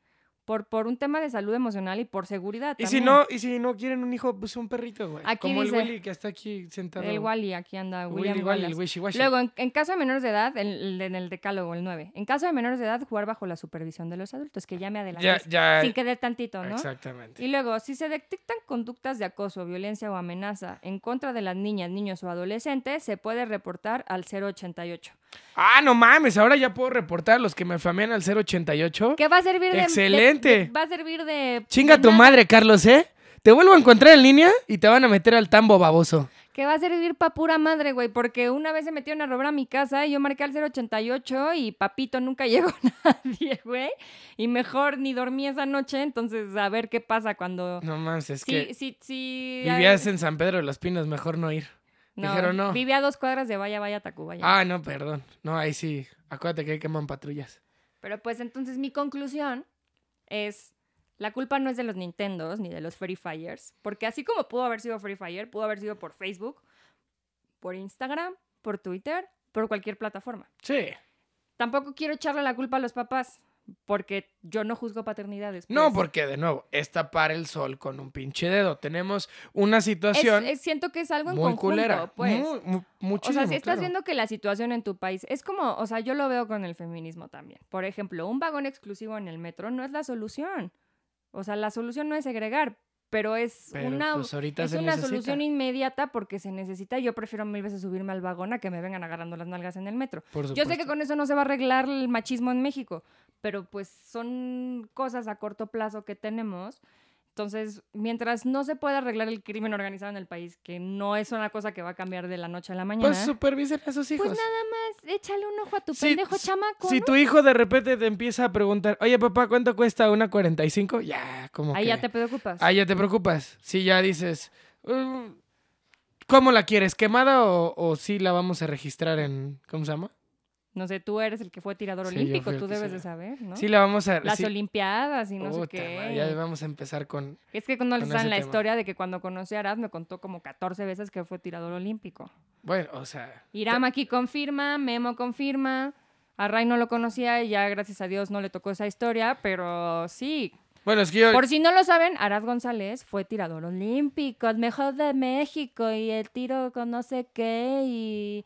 Por, por un tema de salud emocional y por seguridad.
Y si
también.
no, y si no quieren un hijo, pues un perrito, güey.
Aquí
Como
dice-
el Willy que está aquí sentado.
El Wally, aquí anda William
Willy, Wally,
Wallace.
el wishy washy.
Luego, en, en caso de menores de edad, en, el- en el decálogo, el 9. En caso de menores de edad, jugar bajo la supervisión de los adultos, que ya me adelanté.
ya, ya.
sin querer tantito, ¿no?
Exactamente.
Y luego, si se detectan conductas de acoso, violencia o amenaza en contra de las niñas, niños o adolescentes, se puede reportar al 088.
Ah, no mames, ahora ya puedo reportar a los que me famean al 088.
¿Qué va a servir de... de-
Excelente.
de- va a servir de...
Chinga
de
tu
nada.
madre, Carlos, ¿eh? Te vuelvo a encontrar en línea y te van a meter al tambo baboso.
Que va a servir pa' pura madre, güey, porque una vez se metieron a robar a mi casa y yo marqué al 088 y papito nunca llegó nadie, güey. Y mejor ni dormí esa noche, entonces a ver qué pasa cuando...
No mames, es
Sí,
que
sí, sí.
vivías en San Pedro de los Pinos, mejor no ir. dijeron no.
Vivía a dos cuadras de Vaya Vaya Tacubaya.
Ah, no, perdón. No, ahí sí. Acuérdate que ahí queman patrullas.
Pero pues entonces mi conclusión es, la culpa no es de los Nintendos ni de los Free Fires, porque así como pudo haber sido Free Fire, pudo haber sido por Facebook, por Instagram, por Twitter, por cualquier plataforma.
Sí.
Tampoco quiero echarle la culpa a los papás, porque yo no juzgo paternidades.
No,
pues.
porque de nuevo, es tapar el sol con un pinche dedo. Tenemos una
Es-
situación
es- siento que es algo en
muy
conjunto,
culera.
pues.
Muy, mu-
O
muchísimo,
sea, si estás
claro.
viendo que la situación en tu país es como, o sea, yo lo veo con el feminismo también. Por ejemplo, un vagón exclusivo en el metro no es la solución. O sea, la solución no es segregar, pero es
Pero,
una,
pues, ahorita
es
se
una
necesita.
solución inmediata porque se necesita. Yo prefiero mil veces subirme al vagón a que me vengan agarrando las nalgas en el metro.
Por
Yo sé que
supuesto.
con eso no se va a arreglar el machismo en México, pero pues son cosas a corto plazo que tenemos. Entonces, mientras no se pueda arreglar el crimen organizado en el país, que no es una cosa que va a cambiar de la noche a la mañana,
Pues supervisen a sus hijos.
¿eh? pues nada más, échale un ojo a tu
Si-
pendejo
si-
chamaco.
Si
¿no?
tu hijo de repente te empieza a preguntar, oye papá, ¿cuánto cuesta una 45? Ya, como
Ahí
que...
ya te preocupas.
Ah, ya te preocupas. Si ya dices, "Mm, ¿cómo la quieres? ¿Quemada o, o sí la vamos a registrar en... ¿Cómo se llama?
No sé, tú eres el que fue tirador
Sí, yo
olímpico,
fui el
tú
que
debes
se-
de saber, ¿no?
Sí la vamos a...
Las
sí-
Olimpiadas y no sé
Puta madre, ya
qué.
vamos a empezar con...
Es que cuando les
con
dan
ese
la
tema.
historia de que cuando conocí a Arad me contó como 14 veces que fue tirador olímpico.
Bueno, o sea...
Iram aquí confirma, Memo confirma. A Ray no lo conocía y ya gracias a Dios no le tocó esa historia, pero sí.
Bueno, es que yo...
Por si no lo saben, Arad González fue tirador olímpico, el mejor de México y el tiro con no sé qué y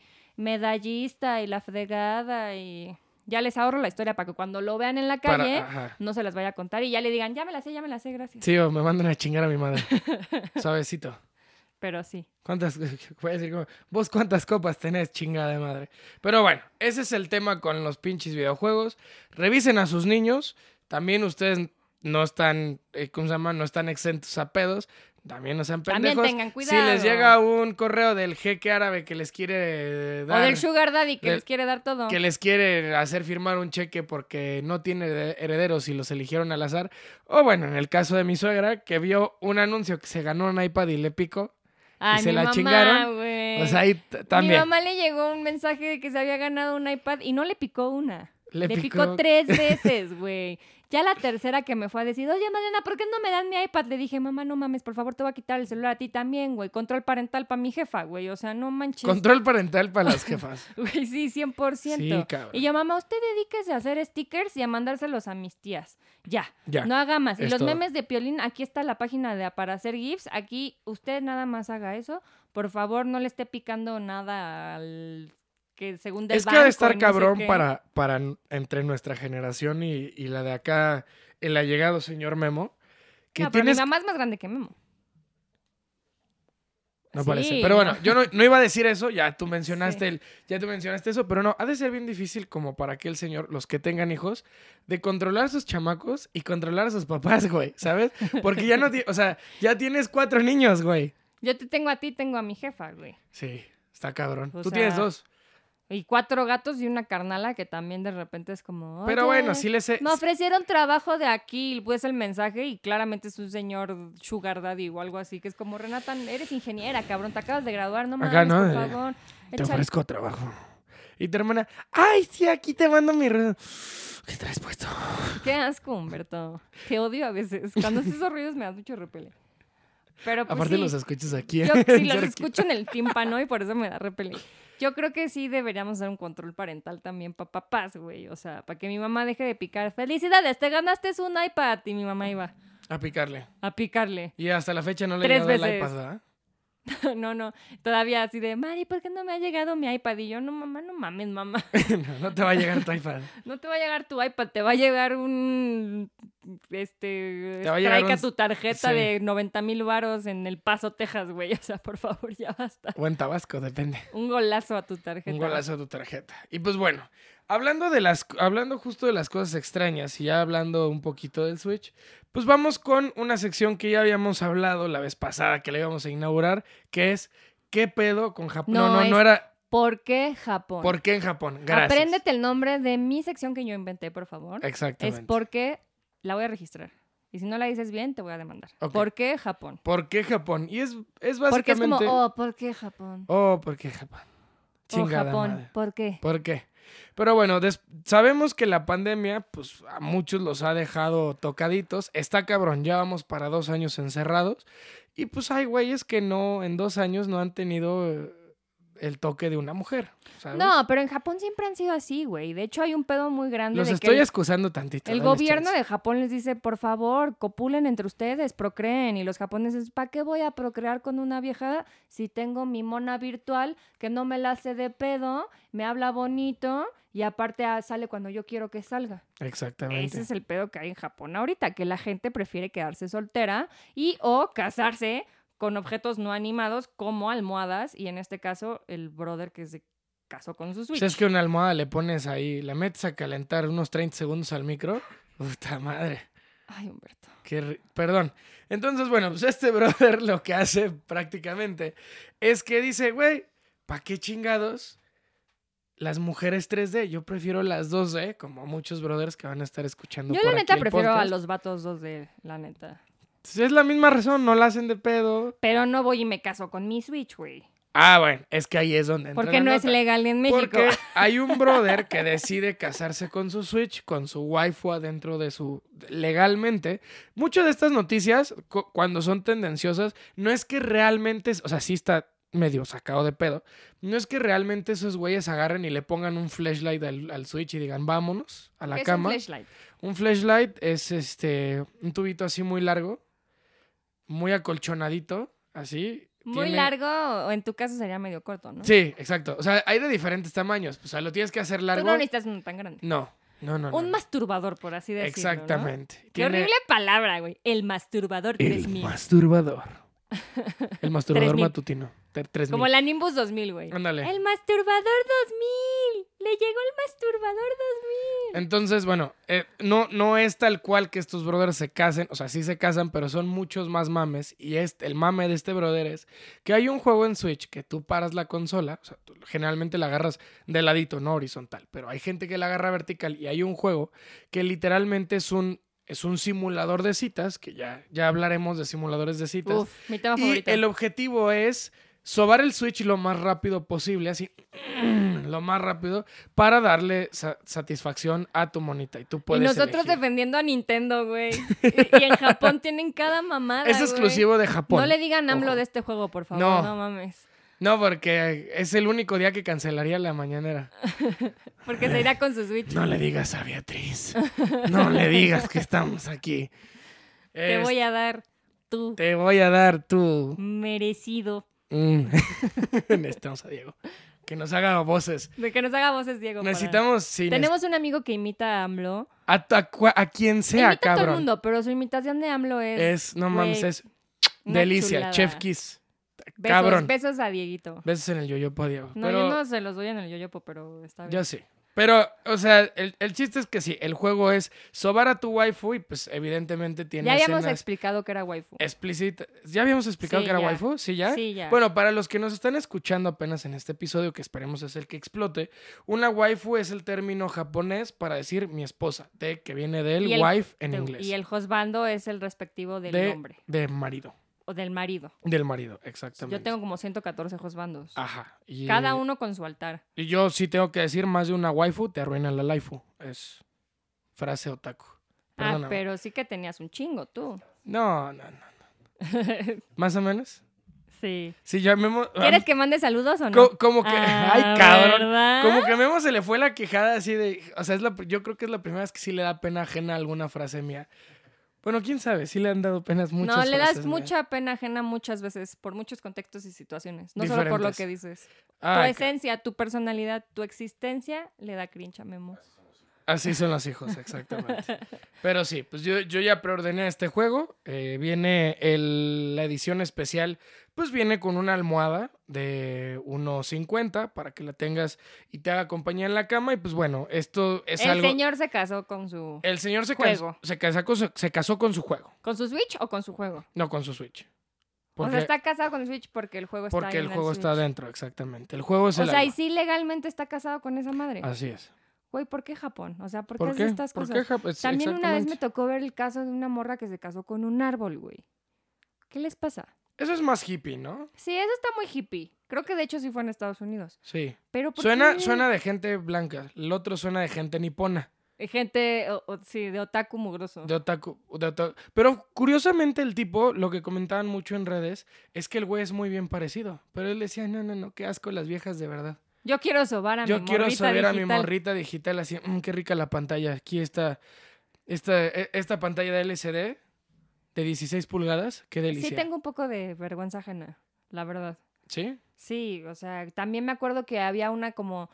medallista y la fregada y ya les ahorro la historia para que cuando lo vean en la
para-
calle
ajá.
no se las vaya a contar y ya le digan, ya me la sé, ya me la sé, gracias.
Sí, o me mandan a chingar a mi madre. Suavecito.
Pero sí.
¿Cuántas? Voy a decir como, vos cuántas copas tenés, chingada madre. Pero bueno, ese es el tema con los pinches videojuegos. Revisen a sus niños. También ustedes no están, eh, ¿cómo se llama? No están exentos a pedos. También no sean
También
pendejos.
tengan
Si
cuidado.
les llega un correo del jeque árabe que les quiere
O
dar,
del Sugar Daddy que
del-
les quiere dar todo.
que les quiere hacer firmar un cheque porque no tiene herede- herederos y los eligieron al azar. O bueno, en el caso de mi suegra, que vio un anuncio que se ganó un iPad y le picó.
Ay,
se
mi
la
mamá,
chingaron.
güey.
O sea, ahí t- también.
Mi mamá le llegó un mensaje de que se había ganado un iPad y no le picó una.
Le
Le,
picó-
picó... tres veces, güey. Ya la tercera que me fue a decir, oye, Mariana, ¿por qué no me dan mi iPad? Le dije, mamá, no mames, por favor, te voy a quitar el celular a ti también, güey. Control parental para mi jefa, güey. O sea, no manches.
Control parental para las jefas.
Güey, sí, 100%.
Sí, cabrón.
Y yo, mamá, usted dedíquese a hacer stickers y a mandárselos a mis tías. Ya.
Ya.
No haga más. Y
es
los
todo.
memes de Piolín, aquí está la página de para hacer GIFs. Aquí usted nada más haga eso. Por favor, no le esté picando nada al que según del
es que ha de
banco
estar
y no sé
cabrón
qué.
para, para n- entre nuestra generación y, y la de acá, el allegado señor Memo. Que
No, pero
tienes.
mi mamá es más grande que Memo.
No
Sí,
parece. Pero bueno, yo no, no iba a decir eso, ya tú mencionaste
Sí.
el, ya tú mencionaste eso, pero no, ha de ser bien difícil como para aquel señor, los que tengan hijos, de controlar a sus chamacos y controlar a sus papás, güey, ¿sabes? Porque ya no, ti- o sea, ya tienes cuatro niños, güey.
Yo te tengo a ti, tengo a mi jefa, güey.
Sí, está cabrón.
O
tú tienes
sea,
dos.
Y cuatro gatos y una carnala que también de repente es como.
Pero
"Oye,
bueno, sí les he-
Me ofrecieron trabajo de aquí, pues el mensaje, y claramente es un señor sugar daddy o algo así, que es como, Renata, eres ingeniera, cabrón, te acabas de graduar, no mames,
Acá, ¿no?
por
Eh,
favor.
te
échale".
ofrezco trabajo. Y tu hermana, ay, sí, aquí te mando mi ruido. ¿Qué traes puesto?
Ah, Qué asco, Humberto. Te odio a veces. Cuando haces esos ruidos me da mucho repele. Pero pues
Aparte
sí,
los escuchas aquí.
yo
en
sí los
cerquita.
escucho en el tímpano y por eso me da repele. Yo creo que sí deberíamos dar un control parental también para papás, güey. O sea, para que mi mamá deje de picar. ¡Felicidades! ¡Te ganaste un iPad! Y mi mamá iba
A picarle.
a picarle.
Y hasta la fecha no le he
Tres
llegado el
veces.
iPad, ¿verdad?
No, no. Todavía así de, Mari, ¿por qué no me ha llegado mi iPad? Y yo, no, mamá, no mames, mamá.
no, no te va a llegar tu iPad.
No te va a llegar tu iPad, te va a llegar un. Este.
Te va a llegar
strike
un-
a tu tarjeta
sí.
de 90 mil varos en El Paso, Texas, güey. O sea, por favor, ya basta.
O en Tabasco, depende.
Un golazo a tu tarjeta.
Un golazo a tu tarjeta. Y pues bueno, hablando de las hablando justo de las cosas extrañas y ya hablando un poquito del Switch, pues vamos con una sección que ya habíamos hablado la vez pasada que la íbamos a inaugurar, que es ¿Qué pedo con Japón? No,
No,
no, no,
es-
era
¿Por qué Japón?
¿Por qué en Japón? Gracias.
Apréndete el nombre de mi sección que yo inventé, por favor. Es
Exactamente. por...
porque la voy a registrar. Y si no la dices bien, te voy a demandar.
Ok.
¿Por qué Japón?
qué Japón? Y es, es
Porque es
básicamente
como, oh, ¿por qué Japón?
Oh, ¿por qué Japón?
Oh,
Chingada
Japón,
madre.
¿por qué?
¿Por qué? Pero bueno, des- sabemos que la pandemia, pues a muchos los ha dejado tocaditos. Está cabrón, ya vamos para dos años encerrados. Y pues hay güeyes que no, en dos años no han tenido eh, el toque de una mujer. ¿sabes?
No, pero en Japón siempre han sido así, güey. De hecho, hay un pedo muy grande
los
de
estoy
que el-
excusando tantito.
el,
dales
gobierno
chance.
de Japón les dice, por favor, copulen entre ustedes, procreen. Y los japoneses, ¿para qué voy a procrear con una vieja si tengo mi mona virtual que no me la hace de pedo, me habla bonito y aparte ah, sale cuando yo quiero que salga?
Exactamente.
Ese es el pedo que hay en Japón ahorita, que la gente prefiere quedarse soltera y o casarse con objetos no animados como almohadas y en este caso el brother que se casó con su
O
Switch.
sea, es que una almohada le pones ahí, la metes a calentar unos 30 segundos al micro. Puta madre.
Ay, Humberto.
Qué ri- Perdón. Entonces, bueno, pues este brother lo que hace prácticamente es que dice, güey, ¿para qué chingados las mujeres 3D? Yo prefiero las 2D, como muchos brothers que van a estar escuchando.
Yo
por
la neta
aquí el
prefiero a
podcast.
los vatos dos de la neta.
Entonces, Es la misma razón, no la hacen de pedo.
Pero no voy y me caso con mi Switch, güey.
Ah, bueno, es que ahí es donde entra
Porque
la
no es
nota.
legal en México.
Porque hay un brother que decide casarse con su Switch, con su waifu adentro de su... legalmente. Muchas de estas noticias, cu- cuando son tendenciosas, no es que realmente... es- O sea, sí está medio sacado de pedo. No es que realmente esos güeyes agarren y le pongan un flashlight al, al Switch y digan, vámonos a la
¿Qué es
cama.
un flashlight.
Un flashlight es este un tubito así muy largo, muy acolchonadito, así.
Muy
Tiene-
largo, o en tu caso sería medio corto, ¿no?
Sí, exacto. O sea, hay de diferentes tamaños. O sea, lo tienes que hacer
Tú
largo.
no necesitas uno tan grande.
No, no, no.
Un
no.
masturbador, por así decirlo. ¿no?
Exactamente.
Qué
Tiene
horrible palabra, güey. El masturbador
El
3000.
masturbador. El masturbador
Tres mil.
matutino. ter- 3000.
Como la Nimbus 2000, güey.
Ándale.
El masturbador 2000. Le llegó el masturbador 2000.
Entonces, bueno, eh, no, no es tal cual que estos brothers se casen, o sea, sí se casan, pero son muchos más mames. Y este, el mame de este brother es que hay un juego en Switch que tú paras la consola, o sea, tú generalmente la agarras de ladito, no horizontal, pero hay gente que la agarra vertical y hay un juego que literalmente es un, es un simulador de citas, que ya, ya hablaremos de simuladores de citas.
Uf, mi tema
Y
favorito.
el objetivo es sobar el Switch lo más rápido posible, así lo más rápido, para darle sa- satisfacción a tu monita. Y tú
Y
puedes.
nosotros
elegir.
defendiendo a Nintendo, güey. Y, y en Japón tienen cada mamada.
Es
güey.
exclusivo de Japón.
No le digan AMLO
Ojo.
de este juego, por favor.
No.
No. mames.
No, porque es el único día que cancelaría la mañanera.
Porque
Eh.
se irá con su Switch.
No le digas a Beatriz. No le digas que estamos aquí.
Te
Es-
voy a dar tu
te voy a dar tu.
merecido.
Mm. Necesitamos a Diego. Que nos haga voces.
De que nos haga voces, Diego. para-
Necesitamos. Sí,
Tenemos un amigo que imita a AMLO.
A, a cua- a quien sea,
imita a todo el
cabrón.
mundo, pero su imitación de AMLO es.
Es, no mames,
güey,
es
una
delicia.
chulada.
Chef Kiss.
Besos,
cabrón.
Besos a Dieguito.
Besos en el yoyopo, Diego.
No, yo
pero,
no se los doy en el yoyopo, pero está bien.
Yo sí. Pero, o sea, el, el chiste es que sí, el juego es sobar a tu waifu y pues evidentemente tiene
Ya habíamos
escenas
explicado que era waifu.
explícitas. ¿Ya habíamos explicado
Sí,
que era
ya.
waifu? ¿Sí ya?
Sí, ya.
Bueno, para los que nos están escuchando apenas en este episodio, que esperemos es el que explote, una waifu es el término japonés para decir mi esposa, de que viene del
Y el-
wife en
Te-
inglés.
Y el hosbando es el respectivo del
de,
hombre
de marido.
o del marido.
Del marido, exactamente.
Yo tengo como 114 hosbandos.
Ajá. y-
Cada uno con su altar.
Y yo sí tengo que decir, más de una waifu te arruina la laifu. Es frase otaku.
Ah,
Perdóname.
pero sí que tenías un chingo tú.
No, no, no. no. ¿Más o menos?
sí.
Sí, ya Memo...
¿Quieres que mande saludos o no?
Co- como Ah, que...
Ah,
¡Ay, cabrón!
¿verdad?
Como que Memo se le fue la quejada así de... O sea, es la, pr- yo creo que es la primera vez que sí le da pena ajena alguna frase mía. Bueno, quién sabe, sí le han dado penas muchas
no, le
frases
das
mías.
mucha pena ajena muchas veces, por muchos contextos y situaciones, no solo por lo
Diferentes. Ah,
que dices. tu
Ay, ca-
esencia, tu personalidad, tu existencia le da cringe a Memo.
Así son los hijos, exactamente. Pero sí, pues yo, yo ya preordené este juego. eh, viene el- la edición especial, pues viene con una almohada de 1.50 para que la tengas y te haga compañía en la cama. Y pues bueno, esto es
el
algo...
señor se casó con su...
el señor se, cas-
Juego.
se, casó con su, se casó con su juego,
¿Con su Switch o con su juego?
no con su Switch.
O
Porque,
sea, está casado con el Switch porque el juego está
porque
ahí
el
en
juego está
Switch.
dentro, exactamente. El juego es
O
el
sea, y
alma. Ah,
sí legalmente está casado con esa madre.
Así es.
Güey, ¿por qué Japón? O sea, ¿por qué
¿Por
haces
qué?
estas
¿Por
cosas?
qué, Jap- es-
También una vez me
exactamente.
tocó ver el caso de una morra que se casó con un árbol, güey. ¿Qué les pasa?
Eso es más hippie, ¿no?
Sí, eso está muy hippie. Creo que de hecho sí fue en Estados Unidos.
Sí.
Pero ¿por
Suena,
qué?
suena de gente blanca, el otro suena de gente nipona,
Gente, o- o- sí, de otaku mugroso.
de otaku, de ota- Pero curiosamente el tipo, lo que comentaban mucho en redes, es que el güey es muy bien parecido. Pero él decía, no, no, no, qué asco las viejas de verdad.
Yo quiero sobar a
Yo
mi
quiero
morrita
saber a mi
digital.
morrita digital así, "Mm, qué rica la pantalla. Aquí está esta, e- esta pantalla de LCD de 16 pulgadas, qué delicia.
Sí, tengo un poco de vergüenza ajena, la verdad.
¿Sí?
Sí, o sea, también me acuerdo que había una como...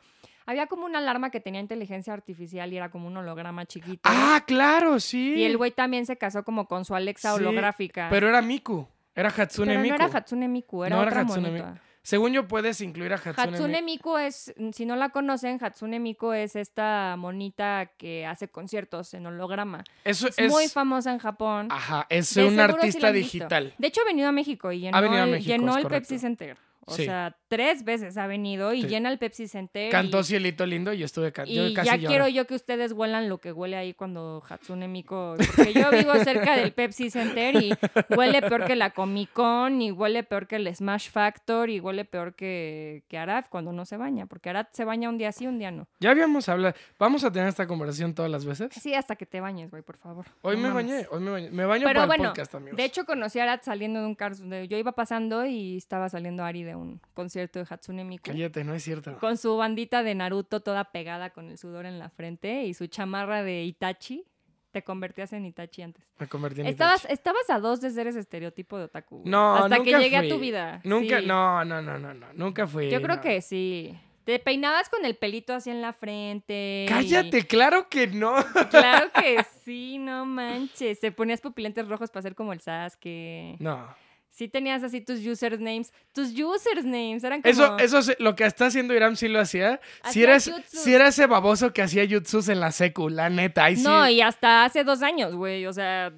Había como una alarma que tenía inteligencia artificial y era como un holograma chiquito.
Ah, claro, sí.
Y el güey también se casó como con su Alexa
Sí,
holográfica.
Pero era Miku, era Hatsune
Pero
Miku.
no era Hatsune Miku, era
No era
otra
Hatsune
monita.
Según yo puedes incluir a Hatsune,
Hatsune,
Miku.
Miku es, mm, si no la conocen, Hatsune Miku es esta monita que hace conciertos en holograma.
Eso
Es, muy famosa en Japón.
Ajá, es
De seguro
un
sí la
artista
han visto.
digital.
De hecho, ha venido a México y llenó,
Ha venido a
el,
México,
llenó
es
el
correcto.
Pepsi Center. O
Sí.
sea, tres veces ha venido y
Sí.
llena el Pepsi Center.
Cantó
y-
Cielito Lindo y yo estuve can- yo
Y
casi
ya
lloro.
quiero yo que ustedes huelan lo que huele ahí cuando Hatsune Miku... Porque yo vivo cerca del Pepsi Center y huele peor que la Comic Con y huele peor que el Smash Factor y huele peor que, que Arad cuando no se baña. Porque Arad se baña un día sí, un día no.
Ya habíamos hablado. ¿Vamos a tener esta conversación todas las veces?
Sí, hasta que te bañes, güey, por favor.
Hoy
No
me
mames.
bañé, hoy me bañé. Me baño
Pero
para
bueno,
el podcast, amigos.
De hecho, conocí a Arad saliendo de un car... de- Yo iba pasando y estaba saliendo Ari de un concierto de Hatsune Miku.
Cállate, no es cierto.
Con su bandita de Naruto toda pegada con el sudor en la frente y su chamarra de Itachi. Te convertías en Itachi antes.
Me convertí en
Estabas,
Itachi.
estabas a dos de ser ese estereotipo de otaku. güey.
No,
Hasta que
nunca
llegué
fui.
a tu vida.
Nunca,
Sí.
no, no, no, no, no, nunca fui.
Yo creo
no.
que sí. Te peinabas con el pelito así en la frente. y-
Cállate, claro que no.
Claro que sí, no manches. Te ponías pupilentes rojos para hacer como el Sasuke.
No.
Sí tenías así tus usernames. Tus usernames eran como...
Eso, eso es lo que está haciendo Irán sí lo hacía. Si
Hacía
era, ese-
jutsus.
si era ese baboso que hacía jutsus en la secu, la neta, ahí sí.
No, y hasta hace dos años, güey. O sea,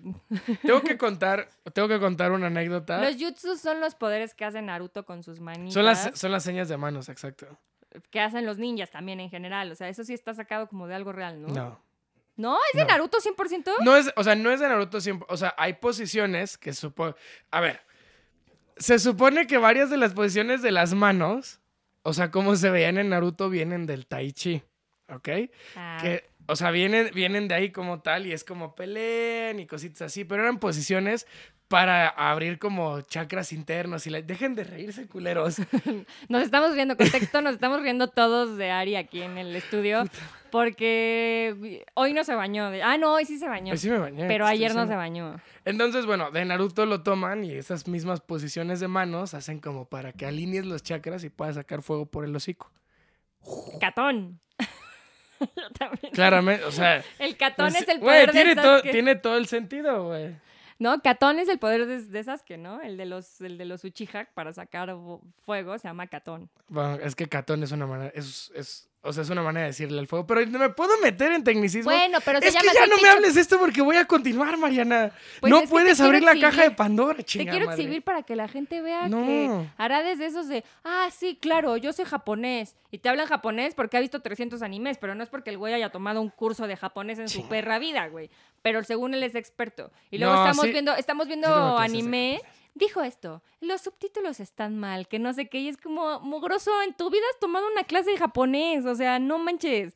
Tengo que contar, tengo que contar una anécdota.
los jutsus son los poderes que hace Naruto con sus manitas.
Son las, son las señas de manos, exacto.
Que hacen los ninjas también en general. O sea, eso sí está sacado como de algo real, ¿no?
No.
¿No? ¿Es de
No.
Naruto 100%?
No es, o sea, no es de Naruto siempre. O sea, hay posiciones que supo. A ver. Se supone que varias de las posiciones de las manos, o sea, como se veían en Naruto, vienen del Tai Chi. ¿Ok?
Ah,
que, o sea, vienen, vienen de ahí como tal y es como peleen y cositas así, pero eran posiciones para abrir como chakras internos y la... Dejen de reírse, culeros.
Nos estamos riendo, contexto, nos estamos riendo todos de Ari aquí en el estudio. Porque güey, hoy no se bañó. de- Ah, no, hoy sí se bañó.
Hoy sí me bañé,
Pero
estoy
ayer no se
diciendo.
bañó.
Entonces, bueno, de Naruto lo toman y esas mismas posiciones de manos hacen como para que alinees los chakras y puedas sacar fuego por el hocico.
Catón. Yo también.
Claramente, o sea...
El catón
pues,
es el
güey,
poder
tiene,
de
todo,
Sasuke.
tiene todo el sentido, güey.
No, catón es el poder de, de Sasuke, ¿no? El de los, el de los Uchiha para sacar vo- fuego se llama catón.
Bueno, es que catón es una manera... Es, es, o sea, es una manera de decirle al fuego. Pero me puedo meter en tecnicismo.
Bueno, pero se
es que
llama
ya
así,
no
te
me
cho-
hables de esto porque voy a continuar, Mariana.
Pues es
no
que te
puedes
quiero
abrir la caja de
exhibir.
Pandora,
Te
chingada
quiero
madre.
exhibir para que la gente vea
No.
que hará desde esos de, ah, sí, claro, yo soy japonés. Y te hablan japonés porque ha visto 300 animes, pero no es porque el güey haya tomado un curso de japonés en su
Ching.
perra vida, güey. Pero según él es experto. Y luego
No,
estamos
sí-
viendo, estamos viendo
tomo clases de
anime. Dijo esto, los subtítulos están mal, que no sé qué, y es como, mugroso, en tu vida has tomado una clase de japonés, o sea, no manches.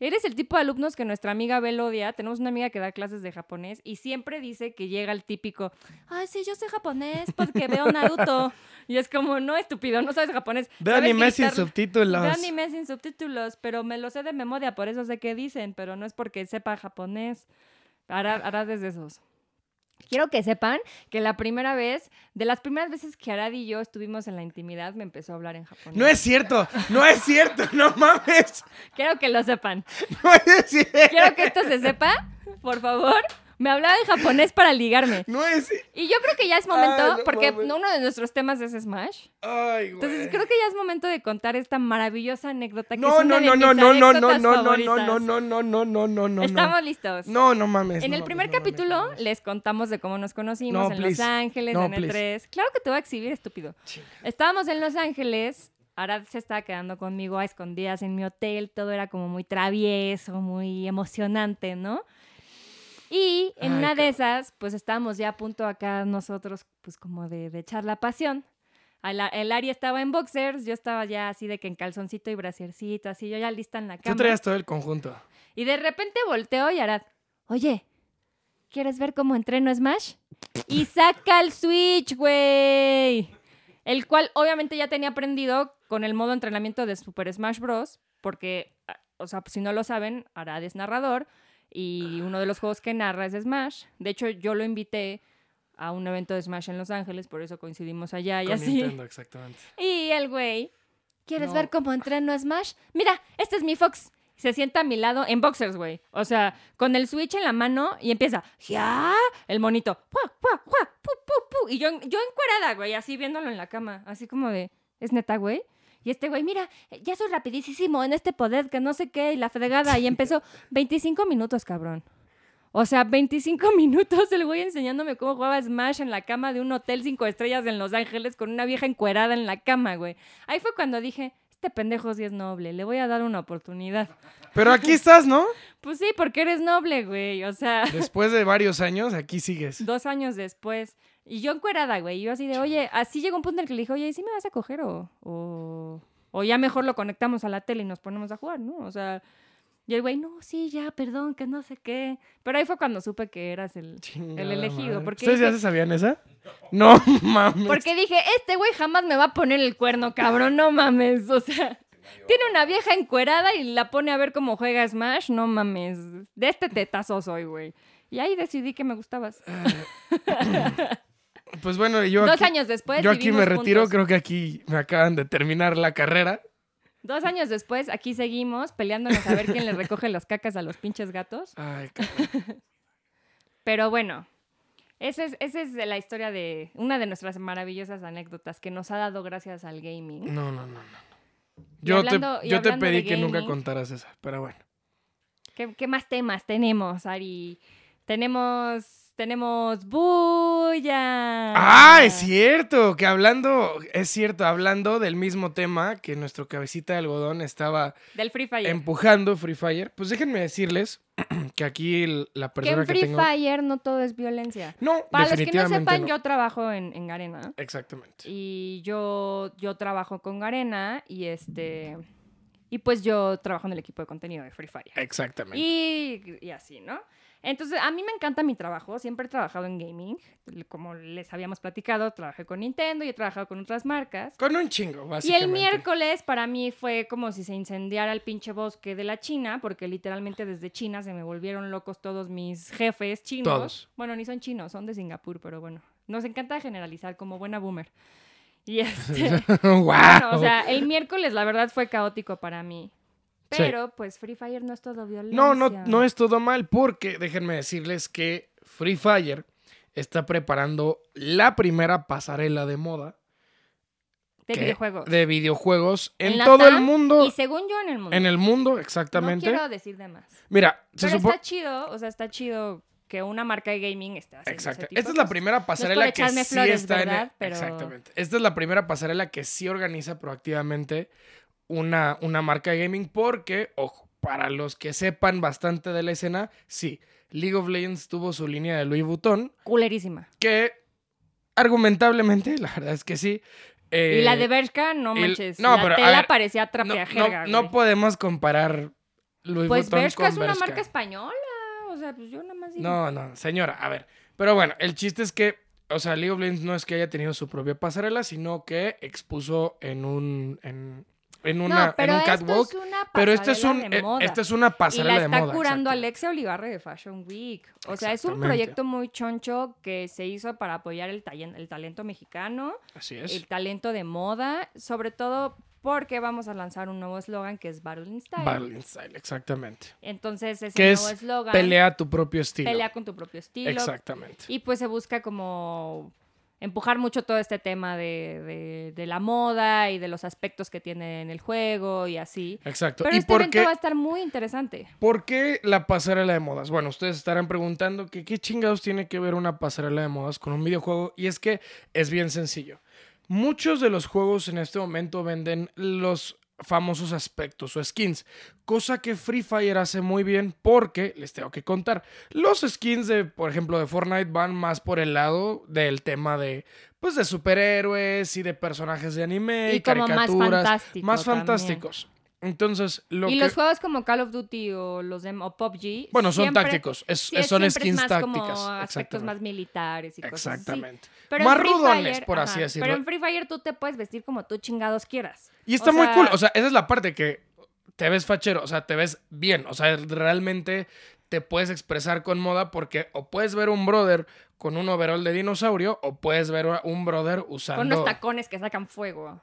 Eres el tipo de alumnos que nuestra amiga Bel odia. Tenemos una amiga que da clases de japonés y siempre dice que llega el típico, ay, sí, yo sé japonés porque veo Naruto. Y es como, no, estúpido, no sabes japonés.
Ve
Sabes
anime sin
gritar-
subtítulos.
Ve anime sin subtítulos, pero me lo sé de memoria, por eso sé qué dicen, pero no es porque sepa japonés. Hará, hará desde esos. Quiero que sepan que la primera vez, de las primeras veces que Arad y yo estuvimos en la intimidad, me empezó a hablar en japonés.
No es cierto, no es cierto, no mames.
Quiero que lo sepan.
No es cierto.
Quiero que esto se sepa, por favor. Me hablaba en japonés para ligarme.
No es.
Y yo creo que ya es momento,
Ah, no
porque
mames.
uno de nuestros temas es Smash.
Ay, güey.
Entonces creo que ya es momento de contar esta maravillosa anécdota que
No,
es una
no,
de
no, no,
mis
no, no, no,
anécdotas
no, no, no,
favoritas.
no, no, no, no, no, no, no.
Estamos listos.
No, no mames.
en
no
el
mames,
primer
no mames,
capítulo
no mames.
les contamos de cómo nos conocimos
No,
en
please.
Los Ángeles,
No,
en el
please.
3. Claro que te voy a exhibir, estúpido.
Chinga.
Estábamos en Los Ángeles, Arad se estaba quedando conmigo a escondidas en mi hotel, todo era como muy travieso, muy emocionante, ¿no? Y en
Ay,
una
cabrón.
de esas, pues estábamos ya a punto acá nosotros, pues como de, de echar la pasión. A la- el Ari estaba en boxers, yo estaba ya así de que en calzoncito y brasiercito, así yo ya lista en la
Tú
cama. Ah,
traías todo el conjunto.
Y de repente volteo y Arad, oye, ¿quieres ver cómo entreno Smash? Y saca el Switch, güey. El cual obviamente ya tenía aprendido con el modo entrenamiento de Super Smash Bros. Porque, ah, o sea, si no lo saben, Arad es narrador y uno de los juegos que narra es Smash. De hecho, yo lo invité a un evento de Smash en Los Ángeles, por eso coincidimos allá y
con
así.
Nintendo, exactamente.
Y el güey, ¿quieres
No.
ver cómo entreno a Smash? Mira, este es mi Fox. Se sienta a mi lado en boxers, güey. O sea, con el Switch en la mano y empieza, ¡ya! El monito, ¡pua, pua, pua, pu, pu, pu! Y yo, yo encuerada, güey, así viéndolo en la cama, así como de, ¿es neta, güey? Y este güey, mira, ya soy rapidísimo en este poder, que no sé qué, y la fregada. Y empezó 25 minutos, cabrón. O sea, 25 minutos el güey enseñándome cómo jugaba Smash en la cama de un hotel cinco estrellas en Los Ángeles con una vieja encuerada en la cama, güey. Ahí fue cuando dije, este pendejo sí es noble, le voy a dar una oportunidad.
Pero aquí estás, ¿no?
Pues sí, porque eres noble, güey. O sea,
Después de varios años, aquí sigues.
dos años después. Y yo encuerada, güey. Yo así de, oye, así llegó un punto en el que le dije, oye, ¿y si me vas a coger o, o, o ya mejor lo conectamos a la tele y nos ponemos a jugar, no? O sea, y el güey, no, sí, ya, perdón, que no sé qué. Pero ahí fue cuando supe que eras el,
Chingada
elegido,
madre.
porque
¿Ustedes ya
dije-
se sabían esa? No mames.
Porque dije, este güey jamás me va a poner el cuerno, cabrón, no mames. O sea, tiene una vieja encuerada y la pone a ver cómo juega Smash, no mames. De este tetazo soy, güey. Y ahí decidí que me gustabas.
Pues bueno, yo
Dos
aquí,
años después.
yo aquí me
vivimos
retiro,
juntos.
creo que aquí me acaban de terminar la carrera.
Dos años después, aquí seguimos peleándonos a ver quién le recoge las cacas a los pinches gatos.
Ay, cabrón.
Pero bueno, Esa es, esa es la historia de una de nuestras maravillosas anécdotas que nos ha dado gracias al gaming.
No, no, no, no.
Y
Yo,
hablando-
te,
y
yo te
hablando de
pedí que nunca
gaming.
contaras esa, pero bueno.
¿Qué, qué más temas tenemos, Ari? Tenemos, tenemos bulla.
Ah, es cierto, que hablando, es cierto, hablando del mismo tema que nuestro cabecita de algodón estaba
Del Free Fire.
empujando Free Fire, pues déjenme decirles que aquí el- la
que
persona
en
que,
Free
tengo...
Fire no todo es violencia.
No,
Para los que no
definitivamente
sepan,
no.
yo trabajo en, en Garena.
Exactamente.
Y yo, yo trabajo con Garena y este. Y pues yo trabajo en el equipo de contenido de Free Fire.
Exactamente.
Y, y así, ¿no? Entonces, a mí me encanta mi trabajo. Siempre he trabajado en gaming. Como les habíamos platicado, trabajé con Nintendo y he trabajado con otras marcas.
Con un chingo,
Y
básicamente.
el miércoles para mí fue como si se incendiara el pinche bosque de la China, porque literalmente desde China se me volvieron locos todos mis jefes chinos.
Todos.
Bueno, ni son chinos, son de Singapur, pero bueno. Nos encanta generalizar como buena boomer. Y este,
¡Wow!
bueno, o sea, el miércoles la verdad fue caótico para mí.
Sí.
Pero pues Free Fire no es todo violencia.
No, no, no es todo mal porque déjenme decirles que Free Fire está preparando la primera pasarela de moda
de
que-
videojuegos.
de videojuegos en,
En
todo el
Latam
mundo,
Y según yo en el mundo.
en el mundo
no
exactamente.
quiero decir de más.
Mira, se
Pero
supo-
está chido, o sea, está chido que una marca de gaming esté haciendo ese
Exacto.
tipo
Esta
de
es la
cosas.
primera pasarela que
echarme
sí
flores,
está en
¿verdad? Pero-
Exactamente. Esta es la primera pasarela que sí organiza proactivamente una, una marca de gaming porque, ojo, para los que sepan bastante de la escena, sí, League of Legends tuvo su línea de Louis Vuitton
culerísima.
que argumentablemente, la verdad es que sí. eh,
y la de Bershka, no
el-
manches.
no,
la
pero, a
tela
ver,
parecía
no,
trapea
no-
jerga,
no
güey.
podemos comparar Louis
Pues
Vuitton
Bershka
con
es una
Bershka.
marca española. O sea, pues yo nada más digo.
No, no, señora, a ver. Pero bueno, el chiste es que, o sea, League of Legends no es que haya tenido su propia pasarela, sino que expuso en un, en, en una,
No,
en
pero
un
esto
catwalk.
es una
pero este es
pasarela
un,
de
eh,
moda.
esta es una
y
pasarela
la
de
está
moda.
curando
exacto.
Alexia Olivarre de Fashion Week. O sea, es un
Exactamente.
proyecto muy choncho que se hizo para apoyar el, tallen- el talento mexicano,
Así es.
el talento de moda, sobre todo porque vamos a lanzar un nuevo eslogan que es Battle in Style.
Balance Style, exactamente.
Entonces, ese
Que
nuevo
es
eslogan
Pelea tu propio estilo.
pelea con tu propio estilo,
Exactamente.
Y pues se busca como empujar mucho todo este tema de, de- de la moda y de los aspectos que tiene en el juego y así.
Exacto.
Pero
¿Y
este
por
evento
qué-
va a estar muy interesante.
¿Por qué la pasarela de modas? Bueno, ustedes estarán preguntando que qué chingados tiene que ver una pasarela de modas con un videojuego y es que es bien sencillo. Muchos de los juegos en este momento venden los famosos aspectos o skins, cosa que Free Fire hace muy bien porque, les tengo que contar, los skins de, por ejemplo, de Fortnite van más por el lado del tema de, pues, de superhéroes y de personajes de anime y,
y como más
caricaturas,
fantástico.
más
también.
fantásticos. Entonces, lo
y
que...
los juegos como Call of Duty o los de o PUBG.
Bueno, son
siempre-
tácticos, es-
sí,
es- son
siempre es
skins
más
tácticas.
Como aspectos
exactamente.
más militares y cosas así.
Exactamente.
Pero en
Más
Free
rudones,
Fire-
por así
ajá,
decirlo.
Pero en Free Fire tú te puedes vestir como tú chingados quieras.
Y está
o
muy
sea-
cool. O sea, esa es la parte que te ves fachero, o sea, te ves bien. O sea, realmente te puedes expresar con moda porque o puedes ver un brother con un overall de dinosaurio o puedes ver a un brother usando
Con unos tacones que sacan fuego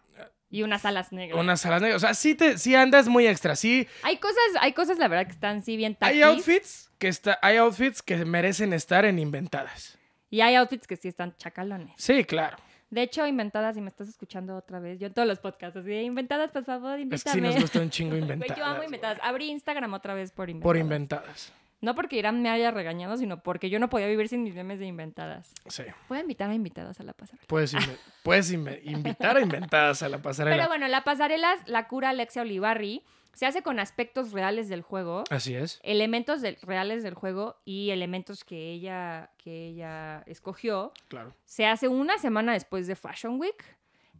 y unas alas negras.
unas alas negras. O sea, sí, te, sí andas muy extra. Sí,
Hay cosas, hay cosas, la verdad, que están sí bien
hay
taquis.
outfits, que está, hay outfits que merecen estar en inventadas.
Y hay outfits que sí están chacalones.
Sí, claro.
De hecho, inventadas, y me estás escuchando otra vez, yo en todos los podcasts, así de, inventadas, por favor,
Es que sí
invítame.
nos gusta un chingo
Güey,
inventadas.
yo amo
güey.
inventadas. Abrí Instagram otra vez por inventadas.
Por inventadas.
No porque Irán me haya regañado, sino porque yo no podía vivir sin mis memes de inventadas.
Sí.
Voy a invitar a invitadas a la pasarela.
Puedes, inve- puedes inve- invitar a inventadas a la pasarela.
Pero bueno, la pasarela la cura Alexia Olivarri. Se hace con aspectos reales del juego.
Así es.
elementos del- reales del juego y elementos que ella, que ella escogió.
Claro.
Se hace una semana después de Fashion Week.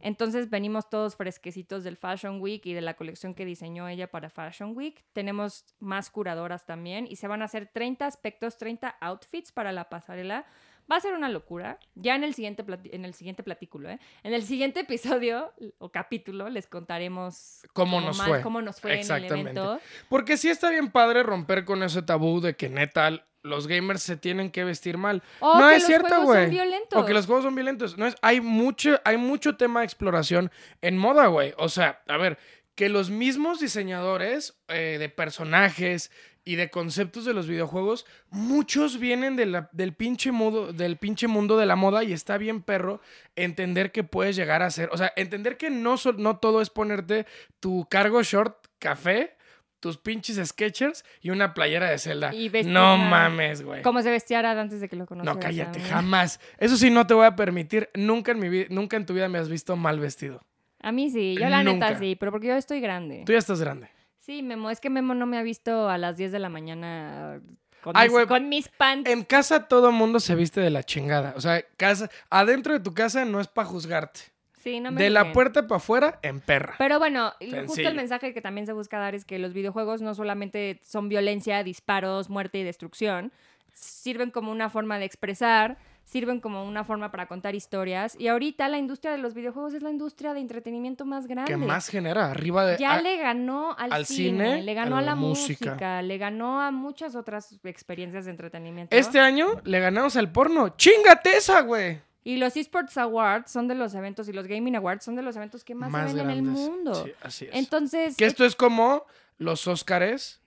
Entonces venimos todos fresquecitos del Fashion Week y de la colección que diseñó ella para Fashion Week. Tenemos más curadoras también y se van a hacer 30 aspectos, 30 outfits para la pasarela. Va a ser una locura. Ya en el siguiente, plati- en el siguiente platículo, ¿eh? En el siguiente episodio o capítulo les contaremos
Cómo
como
nos fue.
cómo nos fue en el
Exactamente.
evento.
Porque sí está bien padre romper con ese tabú de que neta los gamers se tienen que vestir mal.
O
no
Oh, que
es
los
cierto,
juegos son
güey.
violentos.
O que los juegos son violentos. No es, hay mucho, hay mucho tema de exploración en moda, güey. O sea, a ver, que los mismos diseñadores eh, de personajes y de conceptos de los videojuegos, muchos vienen de la- del, pinche mundo, del pinche mundo de la moda y está bien perro entender que puedes llegar a ser, o sea, entender que no, sol- no todo es ponerte tu cargo short café, tus pinches sketchers y una playera de Zelda.
Y vestir
no
a-
mames, güey.
¿Cómo se vestía Arad antes de que lo conociera?
No, cállate,
cabrón?
jamás. Eso sí no te voy a permitir. Nunca en mi vida, nunca en tu vida me has visto mal vestido.
A mí sí, yo la
Nunca.
neta sí, pero porque yo estoy grande.
Tú ya estás grande.
Sí, Memo, es que Memo no me ha visto a las 10 de la mañana con,
Ay,
mis,
güey. eh,
con mis pants.
En casa todo mundo se viste de la chingada. O sea, casa, adentro de tu casa no es para juzgarte.
Sí, no me
de la
juzguen.
puerta para afuera, en perra.
Pero bueno, y justo
Sencillo.
el mensaje que también se busca dar es que los videojuegos no solamente son violencia, disparos, muerte y destrucción, sirven como una forma de expresar, sirven como una forma para contar historias. Y ahorita la industria de los videojuegos es la industria de entretenimiento más grande.
¿Qué más genera? Arriba de.
Ya
a-
le ganó al,
al
cine,
cine,
le ganó a la, música.
música.
le ganó a muchas otras experiencias de entretenimiento.
Este año le ganamos al porno. ¡Chingate esa, güey!
Y los eSports Awards son de los eventos, y los Gaming Awards son de los eventos que más, se ven en el
grandes.
mundo.
Sí, así es.
Entonces, eh
que esto es como los Óscares.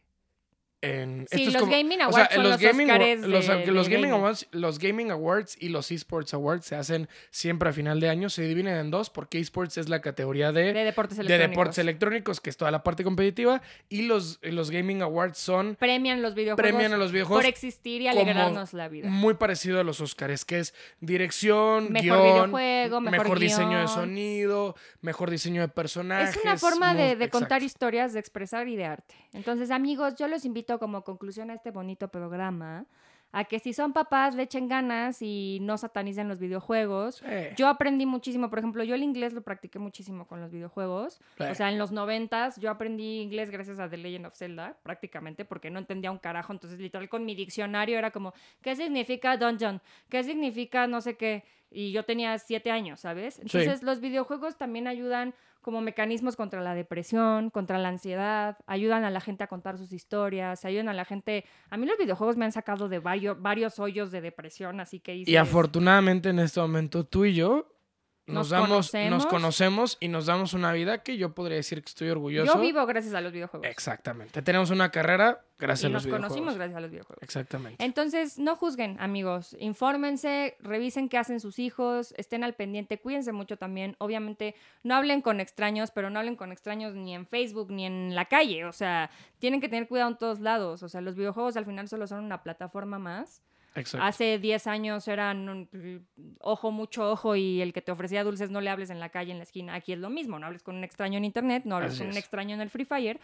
En,
Sí,
esto es
los
como-
Gaming
o
Awards
sea,
son los,
gaming,
Óscares
awa- los,
de-
los
de
gaming
gaming.
awards, los gaming awards y los esports awards se hacen siempre a final de año, se dividen en dos porque esports es la categoría de,
de deportes
de
electrónicos.
deportes electrónicos, que es toda la parte competitiva, y los, los gaming awards son
Premian los videojuegos
premian a los videojuegos
por existir y
como
alegrarnos la vida.
muy parecido a los Óscares, que es dirección,
Mejor
guión,
videojuego, mejor,
diseño de
guión.
sonido, mejor diseño de personajes.
Es una forma de,
mu-
de contar
exacto.
historias, de expresar y de arte. Entonces, amigos, yo los invito como conclusión a este bonito programa a que si son papás le echen ganas y no satanicen los videojuegos.
Sí.
Yo aprendí muchísimo, por ejemplo, yo el inglés lo practiqué muchísimo con los videojuegos.
Sí.
O sea, en los noventas yo aprendí inglés gracias a The Legend of Zelda, prácticamente, porque no entendía un carajo. Entonces, literal, con mi diccionario era como, ¿qué significa dungeon? ¿Qué significa no sé qué? Y yo tenía siete años, ¿sabes? Entonces, los videojuegos también ayudan como mecanismos contra la depresión, contra la ansiedad, ayudan a la gente a contar sus historias, ayudan a la gente... A mí los videojuegos me han sacado de vario- varios hoyos de depresión, así que...
Y
dices,
afortunadamente en este momento tú y yo nos,
Nos
damos, nos
conocemos.
conocemos y nos damos una vida que yo podría decir que estoy orgulloso.
Yo vivo gracias a los videojuegos.
Exactamente. Tenemos una carrera
y
gracias a
nos
los videojuegos.
conocimos gracias a los videojuegos.
Exactamente.
Entonces, no juzguen, amigos. Infórmense, revisen qué hacen sus hijos, estén al pendiente, cuídense mucho también. Obviamente, no hablen con extraños, pero no hablen con extraños ni en Facebook ni en la calle. O sea, tienen que tener cuidado en todos lados. O sea, los videojuegos al final solo son una plataforma más.
Exacto.
Hace 10 años eran un- ojo, mucho ojo y el que te ofrecía dulces no le hables en la calle, en la esquina. Aquí es lo mismo, no hables con un extraño en internet, no hables
Así
con un
es.
extraño en el Free Fire.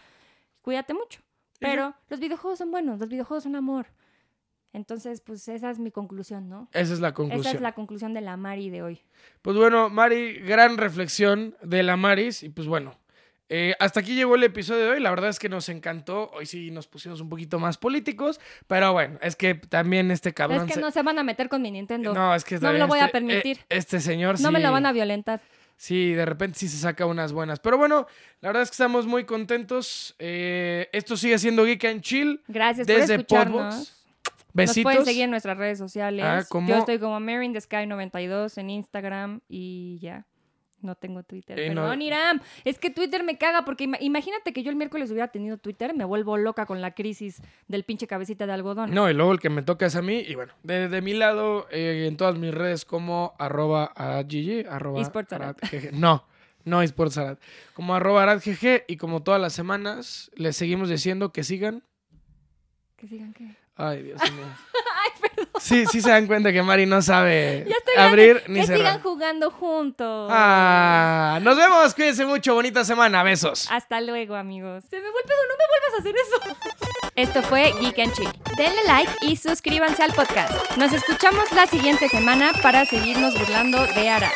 Cuídate mucho. Pero los videojuegos son buenos, los videojuegos son amor. Entonces, pues esa es mi conclusión, ¿no?
Esa es la conclusión.
Esa es la conclusión de la Mari de hoy.
Pues bueno, Mari, gran reflexión de la Maris. Y pues bueno, eh, hasta aquí llegó el episodio de hoy. La verdad es que nos encantó. Hoy sí nos pusimos un poquito más políticos. Pero bueno, es que también este
Es
cabrón.
que
se-
no se van a meter con mi Nintendo. No,
No, es que
No me
también
lo voy a
este- eh,
permitir.
Este señor
me lo
sí-
van a violentar.
Sí, de repente sí se saca unas buenas. Pero bueno, la verdad es que estamos muy contentos. Eh, esto sigue siendo Geek and Chill.
Gracias por
Desde
escucharnos.
Podbox.
Nos
Besitos.
pueden seguir en nuestras redes sociales.
Ah, ¿cómo?
Yo estoy como Mary in the Sky 92 en Instagram y ya. No tengo Twitter.
Eh, no.
Perdón, Iram. Es que Twitter me caga porque ima- imagínate que yo el miércoles hubiera tenido Twitter, me vuelvo loca con la crisis del pinche cabecita de algodón.
No, y luego el que me toca es a mí. Y bueno, de, de mi lado, eh, en todas mis redes como arroba a Gigi, arroba
Esports Arad.
Arad GG. No, no esports Arad. Como arroba Arad GG, Y como todas las semanas, les seguimos diciendo que sigan.
Que sigan que.
Ay, Dios mío. Sí, sí se dan cuenta que Mari no sabe
grande.
abrir ni
que
cerrar.
sigan jugando juntos.
Ah, nos vemos, cuídense mucho, bonita semana, besos.
Hasta luego, amigos. Se me fue el pedo, no me vuelvas a hacer eso. Esto fue Geek and Chill. Denle like y suscríbanse al podcast. Nos escuchamos la siguiente semana para seguirnos burlando de Ara.